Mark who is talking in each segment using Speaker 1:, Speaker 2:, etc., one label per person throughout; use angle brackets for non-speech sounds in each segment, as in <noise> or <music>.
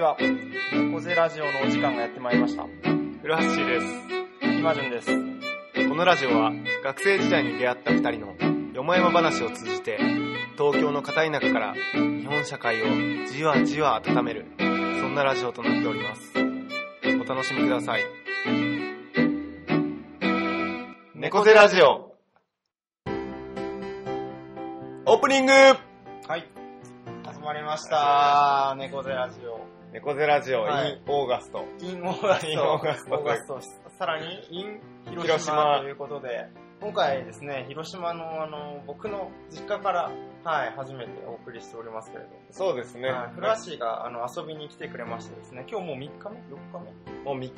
Speaker 1: は。猫背ラジオのお時間がやってまいりました。
Speaker 2: 古橋です。
Speaker 1: 今順です。
Speaker 2: このラジオは学生時代に出会った二人のよもやま話を通じて東京の片田舎から日本社会をじわじわ温めるそんなラジオとなっております。お楽しみください。猫背ラジオオープニング
Speaker 1: はい。始まりました。猫背ラジオ。
Speaker 2: 猫背ラジオ in
Speaker 1: はい
Speaker 2: オーガスト。
Speaker 1: インオーガス
Speaker 2: In
Speaker 1: ト。
Speaker 2: オーガスト
Speaker 1: オーガストさらに、イン広島
Speaker 2: 広島
Speaker 1: ということで、今回ですね、広島の、あの、僕の実家から、はい、初めてお送りしておりますけれど。
Speaker 2: そうですね。
Speaker 1: はい、フラッシーが、あの、遊びに来てくれましてですね、今日もう3日目 ?4 日目
Speaker 2: もう3日、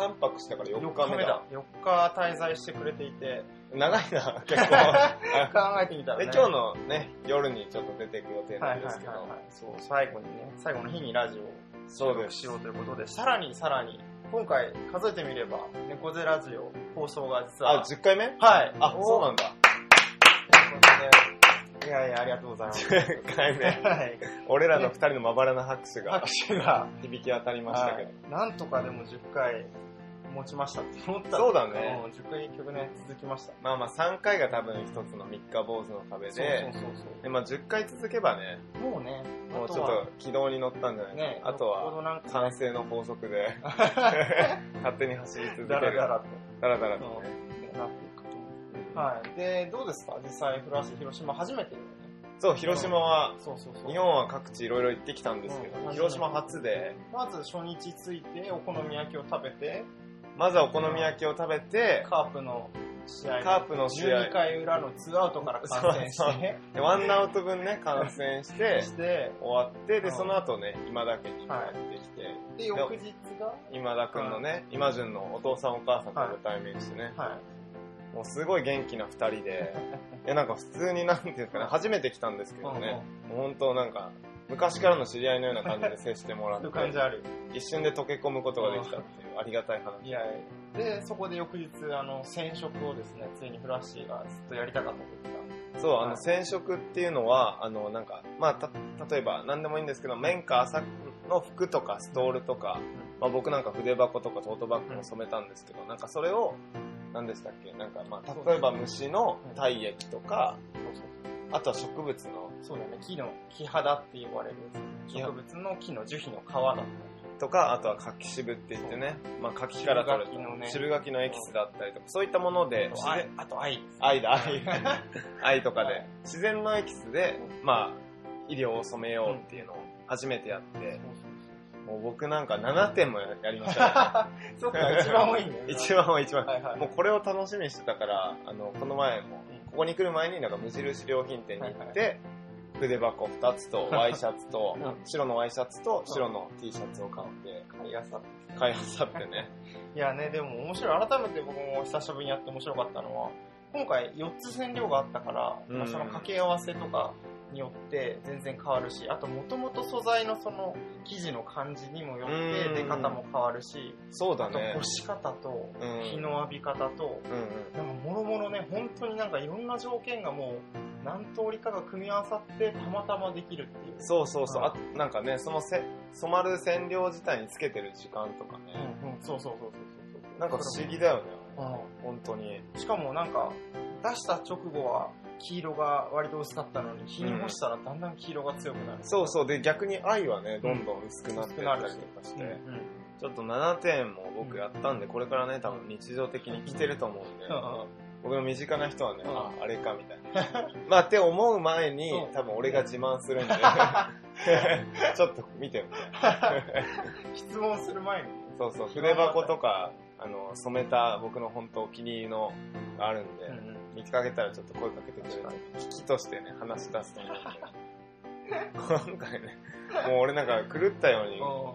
Speaker 2: 3泊したから4日目だ。。
Speaker 1: 4日滞在してくれてい <laughs> て、
Speaker 2: 長いな、結構。
Speaker 1: 考えてみたら、
Speaker 2: で
Speaker 1: ね。
Speaker 2: 今日のね、夜にちょっと出ていく予定
Speaker 1: は
Speaker 2: ないん
Speaker 1: は
Speaker 2: です
Speaker 1: い
Speaker 2: けど、
Speaker 1: はいはい。そう、最後にね、最後の日にラジオを
Speaker 2: そう
Speaker 1: 収
Speaker 2: で
Speaker 1: 録し
Speaker 2: す
Speaker 1: よ。うということで、さらにさらに、今回数えてみれば、猫背ラジオ放送が実は、
Speaker 2: あ、10回目
Speaker 1: はい。
Speaker 2: あ、そうなんんだ。
Speaker 1: いやいや、ありがとうございます。
Speaker 2: <laughs> 10回目。
Speaker 1: はい。
Speaker 2: 俺らの2人のまばらな拍手が
Speaker 1: <laughs> 拍手が、
Speaker 2: 響き当たりましたけど。
Speaker 1: はいなんとかでも10回持ちましたって思ったら
Speaker 2: そうだね。
Speaker 1: うん10回結局ね、続きました。
Speaker 2: まあまあ3回が多分一つの三日坊主の壁で、
Speaker 1: そうそうそう
Speaker 2: でまあ10回続けばね、
Speaker 1: そう。もうね、
Speaker 2: もうち
Speaker 1: あ
Speaker 2: ょっ
Speaker 1: は
Speaker 2: と軌道に乗ったんじゃないかな
Speaker 1: ね、
Speaker 2: あと
Speaker 1: よっぽ
Speaker 2: は
Speaker 1: どなんか
Speaker 2: 完成の法則
Speaker 1: <laughs>
Speaker 2: で勝手に走り続ける。
Speaker 1: だらだらと。
Speaker 2: だらだらと
Speaker 1: そう
Speaker 2: ね。
Speaker 1: なっていくと思う。はい。で、どうですか実際、フランス、広島初めてだよね。
Speaker 2: そう、広島は、
Speaker 1: そうそうそう。
Speaker 2: 日本は各地いろいろ行ってきたんですけ
Speaker 1: う
Speaker 2: ど、
Speaker 1: ん
Speaker 2: 広島初で、
Speaker 1: まず初日着いて、お好み焼きを食べて、
Speaker 2: まずはお好み焼きを食べて、
Speaker 1: カープの試合に
Speaker 2: カープの試合
Speaker 1: 12回裏のツーアウトから観戦
Speaker 2: そう
Speaker 1: して、
Speaker 2: でワンアウト分ね、感染して、
Speaker 1: <laughs> して、
Speaker 2: 終わって、
Speaker 1: う
Speaker 2: で、
Speaker 1: ん
Speaker 2: その後ね、今田家に帰ってきて、
Speaker 1: で、翌日が、
Speaker 2: 今田くんのね、今順のお父さんお母さんとご対面してね、
Speaker 1: はい。
Speaker 2: もうすごい元気な二人
Speaker 1: <laughs>
Speaker 2: で、いや、なんか普通になんていうんですかね、初めて来たんですけどね、もう本当なんか、昔からの知り合いのような感じで接してもらっ
Speaker 1: そういう感じ
Speaker 2: て、
Speaker 1: ある。
Speaker 2: 一瞬で溶け込むことができたっていう、ありがたい話。
Speaker 1: いやで、そこで翌日、あの、染色をですね、ついにフラッシーがずっとやりたかったと言って
Speaker 2: そう、あ
Speaker 1: は
Speaker 2: の、
Speaker 1: い
Speaker 2: 染色っていうのは、あの、なんか、まあ、た、例えば何でもいいんですけど、綿か麻の服とかストールとか、まあ、僕なんか筆箱とかトートバッグも染めたんですけど、なんかそれを、何でしたっけなんか、ま
Speaker 1: そう
Speaker 2: あ、例えば虫の体液とか、
Speaker 1: た。そうそう
Speaker 2: あとは植物の
Speaker 1: そうだよね、木の木肌って言われる
Speaker 2: 木肌
Speaker 1: 植物の木の樹皮の皮だったり
Speaker 2: とか、あとは柿渋って言ってね、まあ、柿から取る
Speaker 1: 渋柿のね
Speaker 2: 渋柿のエキスだったりとか、そういったもので、自
Speaker 1: あ
Speaker 2: 然
Speaker 1: とあと愛
Speaker 2: <laughs> 愛だ、愛。 <laughs> 愛とか
Speaker 1: は
Speaker 2: で
Speaker 1: い、
Speaker 2: 自然のエキスで、まあ、医療を染めようっていうのを初めてやって、もう僕なんか7点もやりました、ね。
Speaker 1: そっか、一番多いんだよ
Speaker 2: <laughs>
Speaker 1: ね。
Speaker 2: 一番は一番。
Speaker 1: はいはい。
Speaker 2: もうこれを楽しみにしてたから、あの、この前も
Speaker 1: うん、
Speaker 2: ここに来る前になんか無印良品店に行って、筆箱2つとワイシャツと
Speaker 1: <laughs> うん、
Speaker 2: 白のワイシャツと白の T シャツを買って、
Speaker 1: いやさ
Speaker 2: 買いあさってね。
Speaker 1: いやね、でも面白い。改めて僕も久しぶりにやって面白かったのは、今回4つ線量があったから、
Speaker 2: うん
Speaker 1: まあその掛け合わせとかによって全然変わるし、あともともと素材のその生地の感じにもよ
Speaker 2: う
Speaker 1: っ
Speaker 2: ん
Speaker 1: て出方も変わるし、
Speaker 2: そう
Speaker 1: あ
Speaker 2: だ
Speaker 1: と
Speaker 2: ね
Speaker 1: 干。し方と
Speaker 2: うん
Speaker 1: 日の浴び
Speaker 2: うん
Speaker 1: 方と、
Speaker 2: うん。
Speaker 1: なんかもろもろね、本当になんかいろんな条件がもう何通りかが組み合わさってたまたまできるっていう。
Speaker 2: そうそうそう。
Speaker 1: うん
Speaker 2: あなんかね、そのせ染まる染料自体につけてる時間とかね、
Speaker 1: うんうん、そうそうそうそうそう。
Speaker 2: なんか不思議だよね。
Speaker 1: うん
Speaker 2: 本当に。
Speaker 1: しかもなんか、出した直後は黄色が割と薄かったのに、日に干したらだんだん黄色が強くなる。
Speaker 2: そうそう。で、逆に愛はね、どんどん薄くなってったりとかして。
Speaker 1: ね。うん。
Speaker 2: ちょっと7点も僕やったんで、これからね、多分日常的に来てると思うんで、僕の身近な人はね、
Speaker 1: うん
Speaker 2: ああれかみたい
Speaker 1: <laughs>
Speaker 2: な。まあって思う前に
Speaker 1: うん、
Speaker 2: 多分俺が自慢するん
Speaker 1: <laughs>
Speaker 2: で、ちょっと見てみて。
Speaker 1: 質問する前に。
Speaker 2: そうそう、筆箱とか、あの、染めた僕の本当お気に入りのがあるんで、
Speaker 1: うん
Speaker 2: 見かけたらちょっと声かけてくれる
Speaker 1: 確
Speaker 2: と、機器としてね、話し出すと思うんで。今回ね、もう俺なんか狂ったよう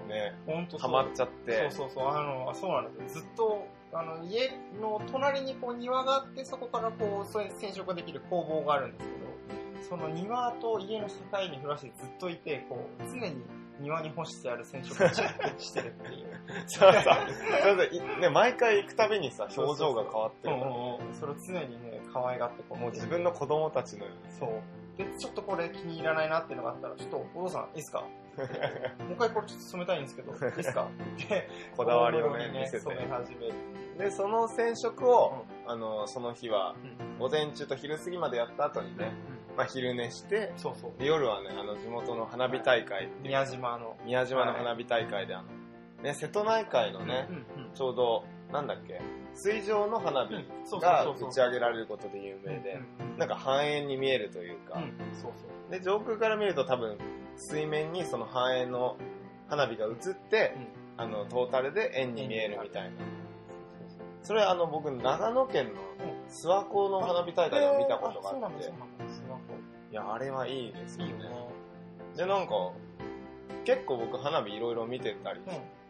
Speaker 2: にね、
Speaker 1: ほんとそ
Speaker 2: ハ
Speaker 1: う。
Speaker 2: マっちゃって。
Speaker 1: そうそうそう。あの、そうなんですよ。ずっと、あの、家の隣にこう庭があって、そこからこう、そういう染色ができる工房があるんですけど、その庭と家の境に降らしてずっといて、こう、常に庭に干してある染色をチェックしてるっていう。
Speaker 2: <laughs>
Speaker 1: <laughs>
Speaker 2: そうそう。そうそういね、毎回行くたびにさ、表情が変わってるから
Speaker 1: うんうんうんそれを常にね、可愛がってこう、
Speaker 2: もう自分の子供たちのように
Speaker 1: そう。で、ちょっとこれ気に入らないなっていうのがあったら、ちょっとお父さん、いいで
Speaker 2: <laughs>
Speaker 1: すかもう一回これちょっと染めたいんですけど、いいですかって、
Speaker 2: こだわりをね、見せて。
Speaker 1: 染め始める。
Speaker 2: で、その染色を、あの、その日は
Speaker 1: うん、
Speaker 2: 午前中と昼過ぎまでやった後にね、まあ、昼寝して、
Speaker 1: そうそう。
Speaker 2: で夜はね、あの、地元の花火大会、
Speaker 1: 宮島の。
Speaker 2: 宮島の花火大会で、あの、ね、瀬戸内海のね
Speaker 1: う、んうん
Speaker 2: ちょうど、なんだっけ、水上の花火
Speaker 1: うんそう
Speaker 2: が
Speaker 1: そうそうそう
Speaker 2: 打ち上げられることで有名で、なんか半円に見えるという
Speaker 1: う
Speaker 2: か、
Speaker 1: ん、そうそう。
Speaker 2: で、上空から見ると多分、水面にその半円の花火が映って、あの、トータルで円に見えるみたいな。それあの、僕、長野県の諏訪湖の花火大会で見たことがあって、
Speaker 1: そうなんだ、そうなんだ。
Speaker 2: いや、あれはいいです
Speaker 1: スマ
Speaker 2: よ
Speaker 1: ホ。いい
Speaker 2: ね
Speaker 1: よ。ね。
Speaker 2: で、なんか、結構僕、花火いろいろ見てたり、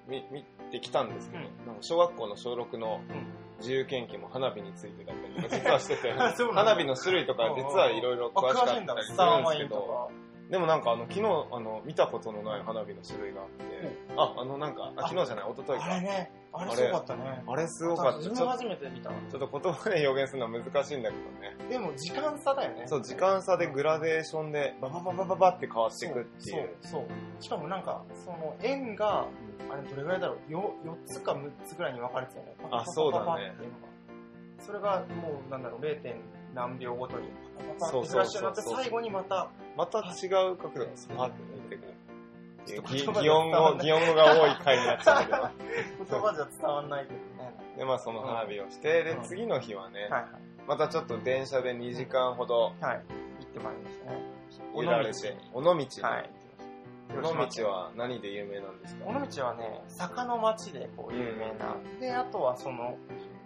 Speaker 2: み見てきたんですけど、
Speaker 1: うん
Speaker 2: なんか小学校の小6の
Speaker 1: うん
Speaker 2: 自由研究も花火についてだったりとか、実はしてて、
Speaker 1: <laughs> あそうなんだ
Speaker 2: 花火の種類とか実はいろいろ
Speaker 1: あ、
Speaker 2: 詳しかっ
Speaker 1: 詳
Speaker 2: た
Speaker 1: しい
Speaker 2: りするん
Speaker 1: んだ
Speaker 2: で。
Speaker 1: スターマ
Speaker 2: す
Speaker 1: イ
Speaker 2: け
Speaker 1: ンと
Speaker 2: ど、
Speaker 1: か。
Speaker 2: でもなんかあの昨日あの見たことのない花火の種類があって、あ、あのなんか、あ
Speaker 1: あ
Speaker 2: 昨日じゃない、一昨日
Speaker 1: あ
Speaker 2: か。
Speaker 1: れね、あれすごかったね。
Speaker 2: あれすごかった。ち
Speaker 1: 自
Speaker 2: ょ
Speaker 1: 分初めて見た。
Speaker 2: ちょっと言葉で表現するのは難しいんだけどね。
Speaker 1: でも時間差だよね。
Speaker 2: そう、時間差でグラデーションでババババババって変わっていくっていう。
Speaker 1: そう、そう。しかもなんか、その円が、あれどれぐらいだろう、よ4つか6つぐらいに分かれてたよね。パ
Speaker 2: あそうだね
Speaker 1: パパパっていうのがそれがもうなんだろう、0. 点何秒ごとにパパパ
Speaker 2: そ
Speaker 1: っ
Speaker 2: う
Speaker 1: て
Speaker 2: そうそうそう
Speaker 1: になって、最後にまた、
Speaker 2: また違う角度がスパーって出てくるっていう。
Speaker 1: ち
Speaker 2: 擬
Speaker 1: ょっと
Speaker 2: 擬
Speaker 1: 言
Speaker 2: 音語、
Speaker 1: 葉
Speaker 2: 擬音語が多い回になっちゃうんだ
Speaker 1: <laughs> 言葉じゃ伝わんないけどね。
Speaker 2: けど。で、まあその花火をして、で
Speaker 1: うん、
Speaker 2: 次の日はね、
Speaker 1: はい
Speaker 2: またちょっと電車で2時間ほど
Speaker 1: はい。はい。行ってまいりましたね。
Speaker 2: 揺られて、尾道に。
Speaker 1: はい。
Speaker 2: 尾道は何で有名なんですか
Speaker 1: 尾道はね、坂の町でこう有名な、で、あとはその、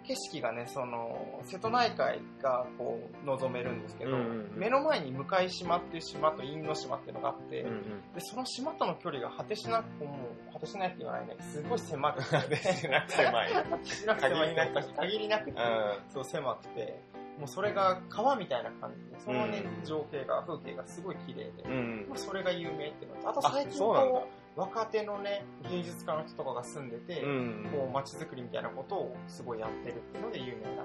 Speaker 1: 景色がね、その、瀬戸内海がこう望めるんですけど、
Speaker 2: うんうんうん
Speaker 1: 目の前に向島っていう島と因島っていうのがあって、
Speaker 2: うんう
Speaker 1: で、
Speaker 2: ん。 <laughs>
Speaker 1: その島との距離が果てしなく、もう、果てしないって言わないね、すごい狭
Speaker 2: <laughs>
Speaker 1: くて、
Speaker 2: で、狭い。
Speaker 1: 果てしなく狭
Speaker 2: 限
Speaker 1: い
Speaker 2: りなく
Speaker 1: 限りなくて、
Speaker 2: うん。
Speaker 1: そう狭くて、もうそれが川みたいな感じで、そのね、
Speaker 2: うん
Speaker 1: 情景が、風景がすごい綺麗で、
Speaker 2: うん
Speaker 1: まあ。それが有名っていうのとあと
Speaker 2: あ
Speaker 1: 最近
Speaker 2: そうなんだ
Speaker 1: こう若手のね芸術家の人とかが住んでて、
Speaker 2: うん。
Speaker 1: こう街づくりみたいなことをすごいやってるっていうので有名だったんだ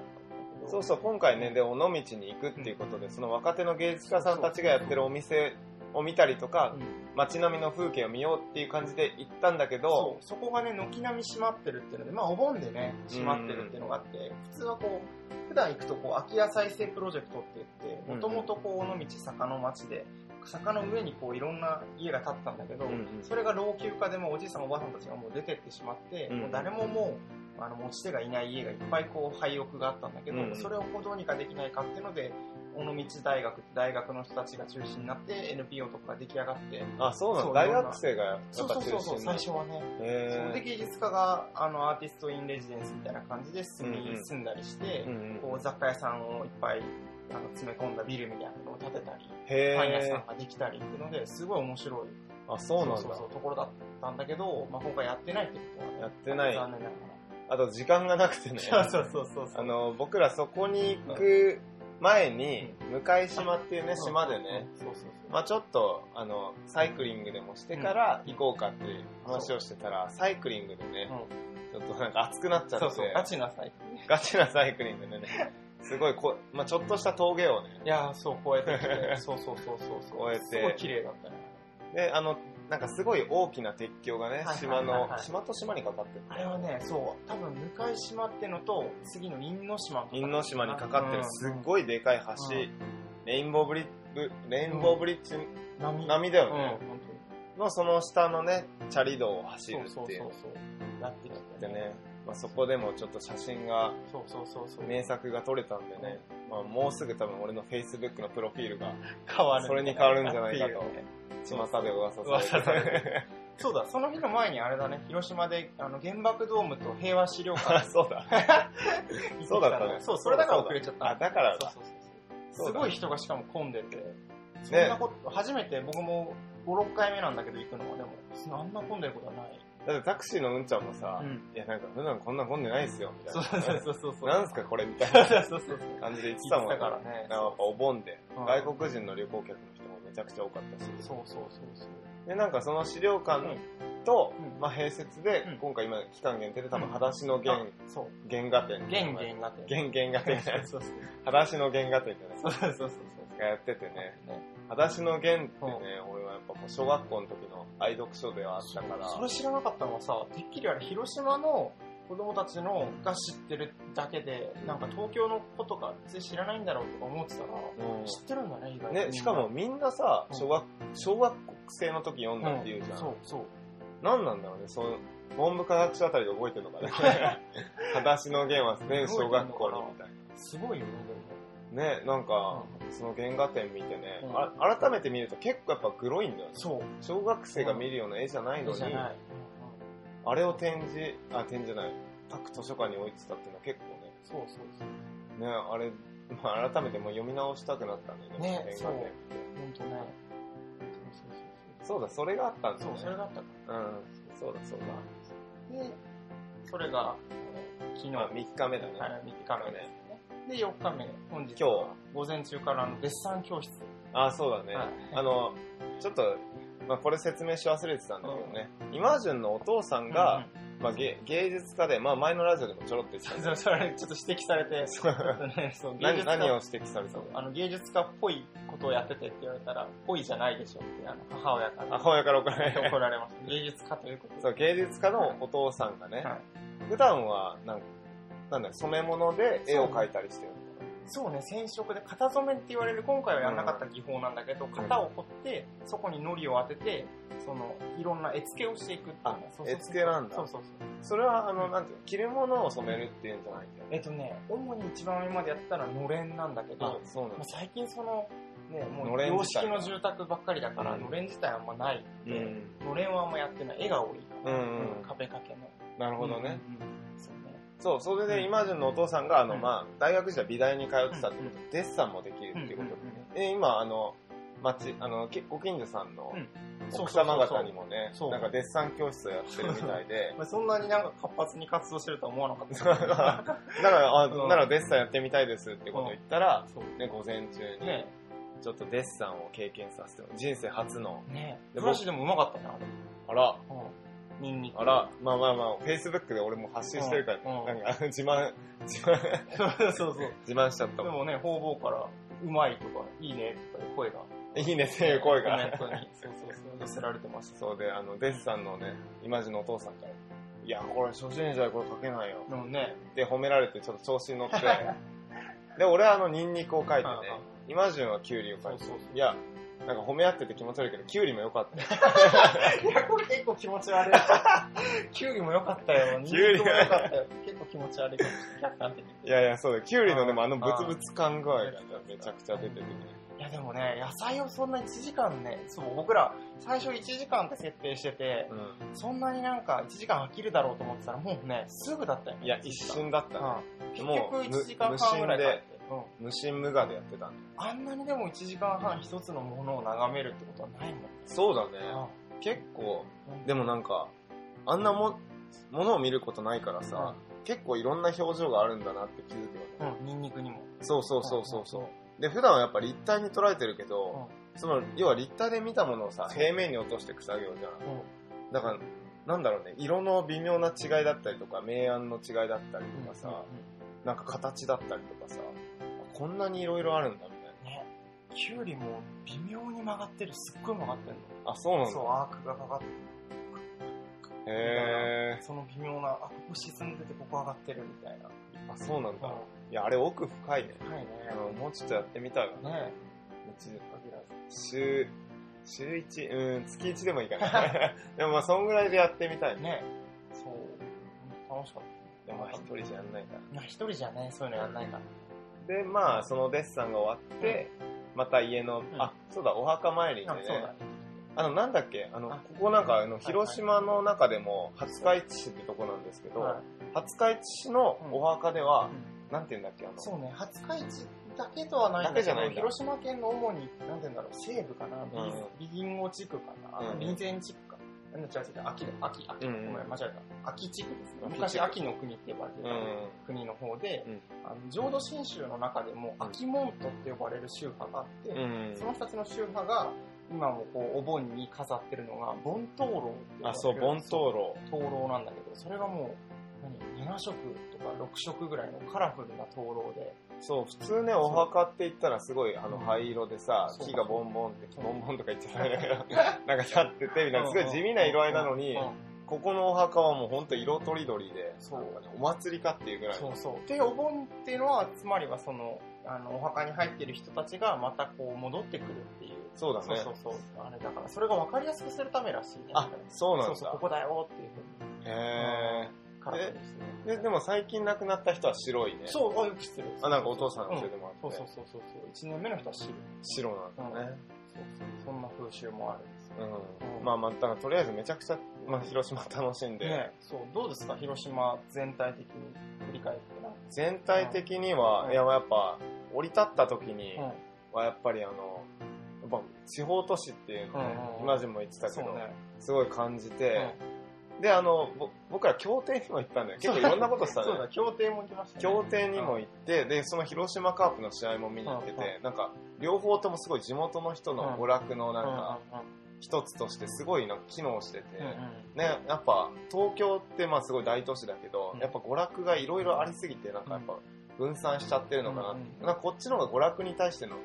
Speaker 1: けど
Speaker 2: そうそう、今回ね、で、尾道に行くっていうことで、その若手の芸術家さんたちがやってるお店を見たりとか
Speaker 1: う、ん
Speaker 2: 街並みの風景を見ようっていう感じで行ったんだけど
Speaker 1: そ、うそこがね軒並み閉まってるっていうのでまあお盆でね閉まってるっていうのがあって、普通はこう普段行くとこう空き家再生プロジェクトって言っ
Speaker 2: う
Speaker 1: て
Speaker 2: ん
Speaker 1: もともとこう尾道坂の町で坂の上にこういろんな家が建ってたんだけど、
Speaker 2: うんうん
Speaker 1: それが老朽化でもうおじいさんおばあさんたちがもう出てってしまって、
Speaker 2: うん
Speaker 1: もう誰ももうあの持ち手がいない家がいっぱいこう廃屋があったんだけど、
Speaker 2: うん
Speaker 1: それをこうどうにかできないかっていうので尾道大学って大学の人たちが中心になって NPO とかが出来上がって
Speaker 2: あ、そうな
Speaker 1: そ
Speaker 2: の
Speaker 1: う
Speaker 2: 大学生がやっぱ
Speaker 1: そうそうそ
Speaker 2: 中
Speaker 1: うそ
Speaker 2: 心
Speaker 1: う最
Speaker 2: な
Speaker 1: 初はねそれで
Speaker 2: へ
Speaker 1: 芸術家があのアーティストインレジデンスみたいな感じで住み、
Speaker 2: うんうん
Speaker 1: 住んだりして、
Speaker 2: ーうんうん
Speaker 1: こう雑貨屋さんをいっぱいあの詰め込んだビルみたいなのを建てたり、
Speaker 2: へ
Speaker 1: パン屋さ
Speaker 2: ー
Speaker 1: んができたりっていうのですごい面白い
Speaker 2: あ、そうなん
Speaker 1: そうそう
Speaker 2: だ
Speaker 1: そ。うところだったんだけど、まあ、今回やってないってことはね
Speaker 2: やってない
Speaker 1: 残念なが
Speaker 2: あと時間がなくてね、
Speaker 1: らそうそうそうそ
Speaker 2: あ
Speaker 1: う
Speaker 2: の、僕らそこに行く前に、向島っていう
Speaker 1: う
Speaker 2: ね、
Speaker 1: ん
Speaker 2: 島でね、
Speaker 1: うんそうそうそう、
Speaker 2: まあちょっと、あの、サイクリングでもしてから
Speaker 1: うん
Speaker 2: 行こうかっていう話をしてたら、サイクリングでね、ちょっとなんか熱くなっちゃ
Speaker 1: そ
Speaker 2: っ
Speaker 1: う
Speaker 2: て
Speaker 1: そう、ガチなサイト
Speaker 2: ガチなサイクリングでね、すごいこ、まあちょっとした峠をね、
Speaker 1: いやーそう超えてきて <laughs> そうそうそうそうそう
Speaker 2: 越えて
Speaker 1: すごい綺麗だったね
Speaker 2: で、あの、なんかすごい大きな鉄橋がね、
Speaker 1: はい
Speaker 2: 島
Speaker 1: はい
Speaker 2: の
Speaker 1: は、い
Speaker 2: 島と島にかかってる。
Speaker 1: あれはねそう多分向島ってのと次の因島とか
Speaker 2: 因島にかかって
Speaker 1: う
Speaker 2: る
Speaker 1: ん
Speaker 2: すっごいでかい橋、
Speaker 1: うん
Speaker 2: レインボーブリッジ、レインボーブリッジ
Speaker 1: 波
Speaker 2: 並みだ
Speaker 1: うん
Speaker 2: よね、
Speaker 1: 本当に
Speaker 2: のその下のね、チャリ道を走る
Speaker 1: そ
Speaker 2: っ
Speaker 1: うそう
Speaker 2: ていう
Speaker 1: そ
Speaker 2: の
Speaker 1: うそうやってきて
Speaker 2: でね、まあ、そこでもちょっと写真が、
Speaker 1: そうそうそうそう
Speaker 2: 名作が撮れたんでね、まあ、もうすぐ多分俺の Facebook のプロフィールが
Speaker 1: 変わる
Speaker 2: それに変わるんじゃないかと
Speaker 1: ってうね
Speaker 2: 巷で噂さ
Speaker 1: 噂
Speaker 2: れ
Speaker 1: さ
Speaker 2: て
Speaker 1: れ
Speaker 2: る。
Speaker 1: そうだ、その日の前にあれだね、広島であの原爆ドームと平和資料
Speaker 2: あ、
Speaker 1: 館
Speaker 2: <laughs> そうだ。
Speaker 1: に
Speaker 2: そうだったね。
Speaker 1: そう、それだから遅れちゃった。
Speaker 2: あ、だから
Speaker 1: そう
Speaker 2: だ。
Speaker 1: そうそう
Speaker 2: そ
Speaker 1: そう。
Speaker 2: う
Speaker 1: す
Speaker 2: だ
Speaker 1: ごい人がしかも混んでて、そんなこと、初めて僕も5、6回目なんだけど行くのは、でも、あんな混んでることはない。
Speaker 2: だってタクシーのうんちゃんもさ、
Speaker 1: うん
Speaker 2: いやなんか普段こんな混んでないですよ、みた
Speaker 1: そ
Speaker 2: いうな。
Speaker 1: そうそうそうそう。
Speaker 2: なんすかこれみたい
Speaker 1: そう
Speaker 2: な
Speaker 1: そうそうそう。
Speaker 2: 感じで言ってた
Speaker 1: 行
Speaker 2: も
Speaker 1: っ
Speaker 2: ん
Speaker 1: てたからね。
Speaker 2: なんかやっぱお盆で、
Speaker 1: うん
Speaker 2: 外国人の旅行客の人もめちゃくちゃ多かったし、
Speaker 1: そうそうそうそう。
Speaker 2: で、なんかその資料館と、
Speaker 1: うん
Speaker 2: まあ併設で、
Speaker 1: うん
Speaker 2: 今回今期間限定で多分、裸足の
Speaker 1: あ
Speaker 2: 原、
Speaker 1: そう。
Speaker 2: 原画展。
Speaker 1: ゲンゲンがって。
Speaker 2: 原原画展じゃない
Speaker 1: そうそう
Speaker 2: 裸足の原画展じゃない
Speaker 1: <laughs> そう。そうそうそう
Speaker 2: がやっててね。
Speaker 1: そう。ね。
Speaker 2: 裸足の弦ってね、
Speaker 1: うん
Speaker 2: 俺はやっぱもう小学校の時の愛読書ではあったから。
Speaker 1: それ知らなかったのはさ、てっきりあれ広島の子供たちのが知ってるだけで、なんか東京の子とか全然知らないんだろうとか思ってたら、知ってるんだね、意
Speaker 2: う
Speaker 1: 外
Speaker 2: ん
Speaker 1: と。
Speaker 2: ね、しかも、みんなさ、
Speaker 1: うん
Speaker 2: 小学、小学生の時読
Speaker 1: うんん、
Speaker 2: だって言うじゃん。
Speaker 1: そうそう。
Speaker 2: なんなんだろうね、その、文部科学省あたりで覚えてるのか
Speaker 1: <laughs>
Speaker 2: ね。裸足の弦は全小学校にみたい
Speaker 1: すごいよね、
Speaker 2: な。ね、なん
Speaker 1: で
Speaker 2: か
Speaker 1: も、。
Speaker 2: その原画展見てね、
Speaker 1: うん
Speaker 2: あ改めて見ると結構やっぱグロいんだよね。
Speaker 1: そう。
Speaker 2: 小学生が見るような絵じゃないのに、
Speaker 1: じゃない。
Speaker 2: あれを展示、あ、展示じゃない、各図書館に置いてたっていうのは結構ね、
Speaker 1: そうそうそう。
Speaker 2: ね、あれ、まあ、改めてもう読み直したくなったんだよね、
Speaker 1: ね
Speaker 2: この原画展見て
Speaker 1: ほんとね。
Speaker 2: そうだ、それがあったんだ
Speaker 1: そうそうそうそう。そう、それ
Speaker 2: ね。
Speaker 1: があったか
Speaker 2: うん、そうだ、そうだ。
Speaker 1: ら。で、それが、えー昨日。
Speaker 2: まあ、3日目だね。
Speaker 1: はい、3日目ですね。で、4日目、本日
Speaker 2: 今
Speaker 1: は午前中からあのデッサン教室。
Speaker 2: あ、そうだね。
Speaker 1: はい
Speaker 2: あの、ちょっと、まあ、これ説明し忘れてたんだけどね、イマージュンのお父さんが、まあ、芸芸術家で、まあ、前のラジオでもちょろっと言ってた
Speaker 1: うんん、
Speaker 2: だ
Speaker 1: <laughs> そ
Speaker 2: け
Speaker 1: うそれちょっと指摘され
Speaker 2: <laughs>
Speaker 1: て、 <laughs> ちょっとねそう
Speaker 2: ど
Speaker 1: 芸術
Speaker 2: 何
Speaker 1: 家
Speaker 2: 何を指摘された
Speaker 1: そう
Speaker 2: の
Speaker 1: あの芸術家っぽいことをやっててって言われたら、っぽいじゃないでしょって、あの母親か
Speaker 2: あ
Speaker 1: ら
Speaker 2: 母親から怒られた
Speaker 1: <laughs> 怒られ
Speaker 2: <laughs>
Speaker 1: ました。芸術家ということで。
Speaker 2: そう、芸術家のお父さんがね、
Speaker 1: はい
Speaker 2: 普段は、なんか、なんだよ染め物で絵を描いたりしてる
Speaker 1: そうね、染色で型染めって言われる、今回はやらなかった技法なんだけど、型を彫って、そこに糊を当てて、その、いろんな絵付けをしていくっていうね
Speaker 2: あ
Speaker 1: そうそうそう
Speaker 2: 絵付けなんだ
Speaker 1: そうそうそう。
Speaker 2: それは、あ
Speaker 1: う
Speaker 2: の、
Speaker 1: ん
Speaker 2: なんていうの、着るものを染めるっていうんじゃないんだよ。
Speaker 1: えっとね、主に一番上までやったらのれんなんだけど、
Speaker 2: あ、そうなん
Speaker 1: まあ
Speaker 2: だ。
Speaker 1: 最近その、ね、も
Speaker 2: の
Speaker 1: う
Speaker 2: れん
Speaker 1: 洋
Speaker 2: 自体
Speaker 1: 式の住宅ばっかりだから、
Speaker 2: うん
Speaker 1: のれん自体あんまないん
Speaker 2: う
Speaker 1: で、
Speaker 2: ん。
Speaker 1: のれんはあんまやってない。絵が多い。
Speaker 2: うんうん
Speaker 1: 壁掛けの。
Speaker 2: なるほどね。
Speaker 1: うん。そうね。
Speaker 2: そう、それで、イマージュンのお父さんが、あの、
Speaker 1: うん
Speaker 2: まあ、大学時代美大に通ってたってこと
Speaker 1: う、
Speaker 2: デッサンもできるっていうこと
Speaker 1: うんうん
Speaker 2: で、今、あの、町、あの、けご近所さんの
Speaker 1: うん
Speaker 2: 奥様方にもね
Speaker 1: そうそうそうそう、
Speaker 2: なんかデッサン教室をやってるみたいで、
Speaker 1: <laughs> まあそんなになんか活発に活動してるとは思わなかっ
Speaker 2: だか
Speaker 1: た。
Speaker 2: ら、 <laughs> あ
Speaker 1: うん
Speaker 2: ならデッサンやってみたいですってことを言ったら、
Speaker 1: そう。
Speaker 2: ね、午前中に、
Speaker 1: ね
Speaker 2: ちょっとデッサンを経験させても、人生初の、
Speaker 1: ね
Speaker 2: で
Speaker 1: ブラシでもうまかったな、あれ。
Speaker 2: あら、
Speaker 1: うん。ニンニク。
Speaker 2: あら、まあまあまあ、Facebook で俺も発信してるから、
Speaker 1: うんうん
Speaker 2: なんか、自慢、自慢、
Speaker 1: <laughs> そうそうそう。
Speaker 2: 自慢しちゃった
Speaker 1: で
Speaker 2: も
Speaker 1: もね、方々から、うまいとか、いいねとかいう声が。
Speaker 2: ん。いいねっていう声
Speaker 1: コメン
Speaker 2: が。<laughs>
Speaker 1: トに、そうそうそう、寄せられてました。
Speaker 2: そうで、あの、デッサンのね、イマジンのお父さんから、いや、これ初心者でこれ描けないよ。
Speaker 1: でもね、
Speaker 2: で、褒められてちょっと調子に <laughs> 乗って、で、俺はあの、ニンニクを描いてね
Speaker 1: うんうん、
Speaker 2: イマジンはキュウリを
Speaker 1: そ
Speaker 2: 描いうて、
Speaker 1: そう
Speaker 2: いや、なんか褒め合ってて気持ち悪いけど、キュウリも良かったよ
Speaker 1: そう。いや、これ結構気持
Speaker 2: <laughs>
Speaker 1: ち悪い。キュウリも良かったよ。ニンニクも良かったよ。結構気持ち悪いかもしれない客観的に。
Speaker 2: いやいや、そうだよ。キュウリのでもあの
Speaker 1: あー
Speaker 2: ブツブツ感具合がめちゃくちゃ出ててね。
Speaker 1: いや、でもね、野菜をそんな1時間ね、そう、僕ら、最初1時間って設定してて、
Speaker 2: う
Speaker 1: そんなになんか1時間飽きるだろうと思ってたら、もうね、すぐだったよ
Speaker 2: ん。
Speaker 1: ね。
Speaker 2: いや、一瞬だったね。
Speaker 1: うん。結
Speaker 2: もう
Speaker 1: 局1時間半ぐらいかかって。うん。
Speaker 2: 無心無我でやってたんだよ。
Speaker 1: あんなにでも1時間半一つのものを眺めるってことはないもんね。
Speaker 2: そうだね。結構、でもなんか、あんなも、ものを見ることないからさ、結構いろんな表情があるんだなって気づくよね。
Speaker 1: うん、ニンニクにも。
Speaker 2: そうそうそうそうそう。で、普段はやっぱ立体に捉えてるけど、その、要は立体で見たものをさ、
Speaker 1: そう
Speaker 2: 平面に落としていく作業じゃん。
Speaker 1: うん。
Speaker 2: だから、なんだろうね、色の微妙な違いだったりとか、明暗の違いだったりとかさ、なんか形だったりとかさ、こんなにいろいろあるんだみたい
Speaker 1: ね、キュウリも微妙に曲がってる、すっごい曲がってる
Speaker 2: な。あ、そう
Speaker 1: の。そう、アークがかかってる。
Speaker 2: へ
Speaker 1: その微妙な、あ、ここ沈んでてここ上がってるみたいな。
Speaker 2: ー。あ、そうなんだ。
Speaker 1: う
Speaker 2: いや、あれ奥深いね。
Speaker 1: ん。はいね。
Speaker 2: あのもうちょっとやってみたいわ。う
Speaker 1: ね
Speaker 2: ち
Speaker 1: 限らず
Speaker 2: 週、週1、うん、月1でもいいかな。 <laughs> でもまあ、そんぐらいでやってみたい。
Speaker 1: ねそう。楽しかっ
Speaker 2: でもまあ、一人じゃやんないから。
Speaker 1: た。まあ一人じゃね、そういうのやんないから。
Speaker 2: で、まあ、そのデッサンが終わって、また家の、
Speaker 1: ん
Speaker 2: あ、そうだ、お墓参りに
Speaker 1: あそうだ
Speaker 2: ね。。あの、なんだっけあの、
Speaker 1: あ
Speaker 2: ここなんか、あの、
Speaker 1: い
Speaker 2: 広島の中でも、廿日市市ってとこなんですけど、
Speaker 1: はい
Speaker 2: 廿日市市のお墓では、
Speaker 1: う
Speaker 2: なんて言うんだっけあの、
Speaker 1: そうね、廿日市だけとはない
Speaker 2: だけ
Speaker 1: んだ
Speaker 2: じ
Speaker 1: け
Speaker 2: ゃない
Speaker 1: ど、
Speaker 2: んだ
Speaker 1: 広島県の主に、なんて言うんだろう、西部かな、
Speaker 2: ん
Speaker 1: ビギンゴ地区かな、
Speaker 2: うん
Speaker 1: 備前地区か違う違う、秋だ、秋、秋、
Speaker 2: うん
Speaker 1: ごめん、間違えた。秋地区です
Speaker 2: 秋地
Speaker 1: ね。
Speaker 2: 区
Speaker 1: 昔、秋の国って呼ばれて
Speaker 2: う
Speaker 1: た、
Speaker 2: ん。
Speaker 1: 国の方で、
Speaker 2: うん
Speaker 1: あの浄土真宗の中でも、秋門徒って呼ばれる宗派があって、
Speaker 2: うん
Speaker 1: そ。の2つの宗派が、今もこう、お盆に飾ってるのが、盆灯籠って呼ばれてる
Speaker 2: あ、そう、盆灯籠。
Speaker 1: 灯籠なんだけど、それがもう、何 ?7 色とか6色ぐらいのカラフルな灯籠で、
Speaker 2: そう、普通ね、お墓って言ったらすごい、あの、灰色でさ
Speaker 1: そ、う
Speaker 2: 木がボンボンって、ボンボンとか言っちゃダメだけど、なんか立ってて、みたいな、すごい地味な色合いなのに
Speaker 1: うん、うん
Speaker 2: ここのお墓はもうほんと色とりどりで、
Speaker 1: そう
Speaker 2: なんかねお祭りかっていうぐらい
Speaker 1: そ
Speaker 2: の。
Speaker 1: うそう。で、お盆っていうのは、つまりはその、あの、お墓に入ってる人たちがまたこう戻ってくるっていう。
Speaker 2: そうだ
Speaker 1: そう
Speaker 2: ね
Speaker 1: そう。そう。あれだから、それが分かりやすくするためらしいね。
Speaker 2: あ、そうな
Speaker 1: そ
Speaker 2: ん
Speaker 1: うそう、こ
Speaker 2: だ。
Speaker 1: こだよっていう
Speaker 2: へ
Speaker 1: ふうにカラフルですね。
Speaker 2: ーで、でも最近亡くなった人は白いね。
Speaker 1: そう、あ、よく知ってる。
Speaker 2: あ、なんかお父さん教えても
Speaker 1: そ
Speaker 2: ら
Speaker 1: う
Speaker 2: って
Speaker 1: そう。そうそうそう。1年目の人は知る。
Speaker 2: 白なんだね。
Speaker 1: そうそう。そんな風習もあるんですよ。
Speaker 2: う
Speaker 1: うんん
Speaker 2: まあまあ、だからとりあえずめちゃくちゃ、まあ広島楽しんで、
Speaker 1: ね、そう、どうですか広島全体的に振り返ってな。
Speaker 2: 全体的には、
Speaker 1: うん
Speaker 2: いややっぱ、降り立った時に
Speaker 1: うん。
Speaker 2: はやっぱりあの、やっぱ地方都市っていうのをね
Speaker 1: うんうんうん
Speaker 2: 今でも言ってたけ
Speaker 1: そう
Speaker 2: ど、
Speaker 1: ね。
Speaker 2: すごい感じ
Speaker 1: う
Speaker 2: て、
Speaker 1: ん
Speaker 2: で、あの、ぼ僕ら協定にも行ったんだよ。結構いろんなことしたね
Speaker 1: そう。だ、協定も来ましたね。
Speaker 2: 協定にも行って、で、その広島カープの試合も見に行って
Speaker 1: うん
Speaker 2: て、なんか、両方ともすごい地元の人の娯楽のなんか、一つとしてすごいなんか機能してて、
Speaker 1: うんうんうん。うんうん
Speaker 2: ね、やっぱ東京ってまあすごい大都市だけど、
Speaker 1: うん
Speaker 2: やっぱ娯楽がいろいろありすぎてなんかやっぱ分散しちゃってるのかな、
Speaker 1: うんうん
Speaker 2: なんかこっちの方が娯楽に対しての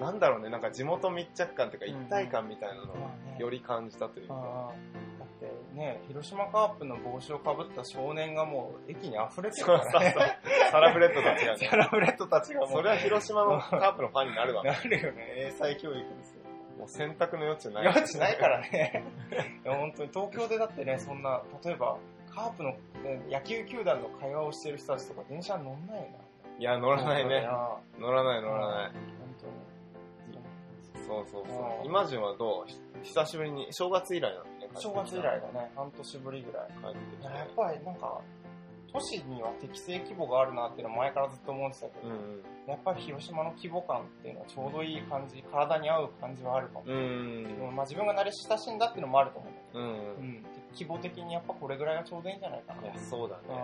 Speaker 2: なんだろうねなんか地元密着感という
Speaker 1: うんう
Speaker 2: か
Speaker 1: ん
Speaker 2: 一体感みたいなのを
Speaker 1: まあね
Speaker 2: より感じたというか、
Speaker 1: あーだってね、広島カープの帽子をかぶった少年がもう駅に溢れて
Speaker 2: そ
Speaker 1: る
Speaker 2: う
Speaker 1: か
Speaker 2: そう
Speaker 1: らね。
Speaker 2: そうサラブレッドたちが
Speaker 1: <laughs> キ
Speaker 2: ね
Speaker 1: ャラ <laughs> ブレットたちがもう。
Speaker 2: それは広島のカープのファンになるわ
Speaker 1: なるよね、英才教育ですよ。
Speaker 2: もう選択の余地ない
Speaker 1: 余地ないからね。 <laughs> いや本当に東京でだってね、そんな、例えば、カープの、ね野球球団の会話をしてる人たちとか電車に乗んないよ
Speaker 2: いや乗
Speaker 1: な。
Speaker 2: らないね
Speaker 1: 本
Speaker 2: 乗らない乗らない
Speaker 1: 当に。
Speaker 2: そうそうそううんイマジンはどうひ久しぶりに正月以来なんだね
Speaker 1: 正月以来だね、半年ぶりぐらい。
Speaker 2: 帰って
Speaker 1: い
Speaker 2: きて
Speaker 1: ややっぱりなんか、都市には適正規模があるなっていうのは前からずっと思ってたけど、
Speaker 2: うんうん
Speaker 1: やっぱり広島の規模感っていうのはちょうどいい感じ、体に合う感じはあるかも。
Speaker 2: う
Speaker 1: でも
Speaker 2: ん
Speaker 1: まあ自分が慣れ親しんだっていうのもあると思うんだけ
Speaker 2: う
Speaker 1: ど、
Speaker 2: ん
Speaker 1: うん。規模的にやっぱこれぐらいがちょうどいいんじゃないかな。
Speaker 2: いやそうだ
Speaker 1: うん
Speaker 2: ね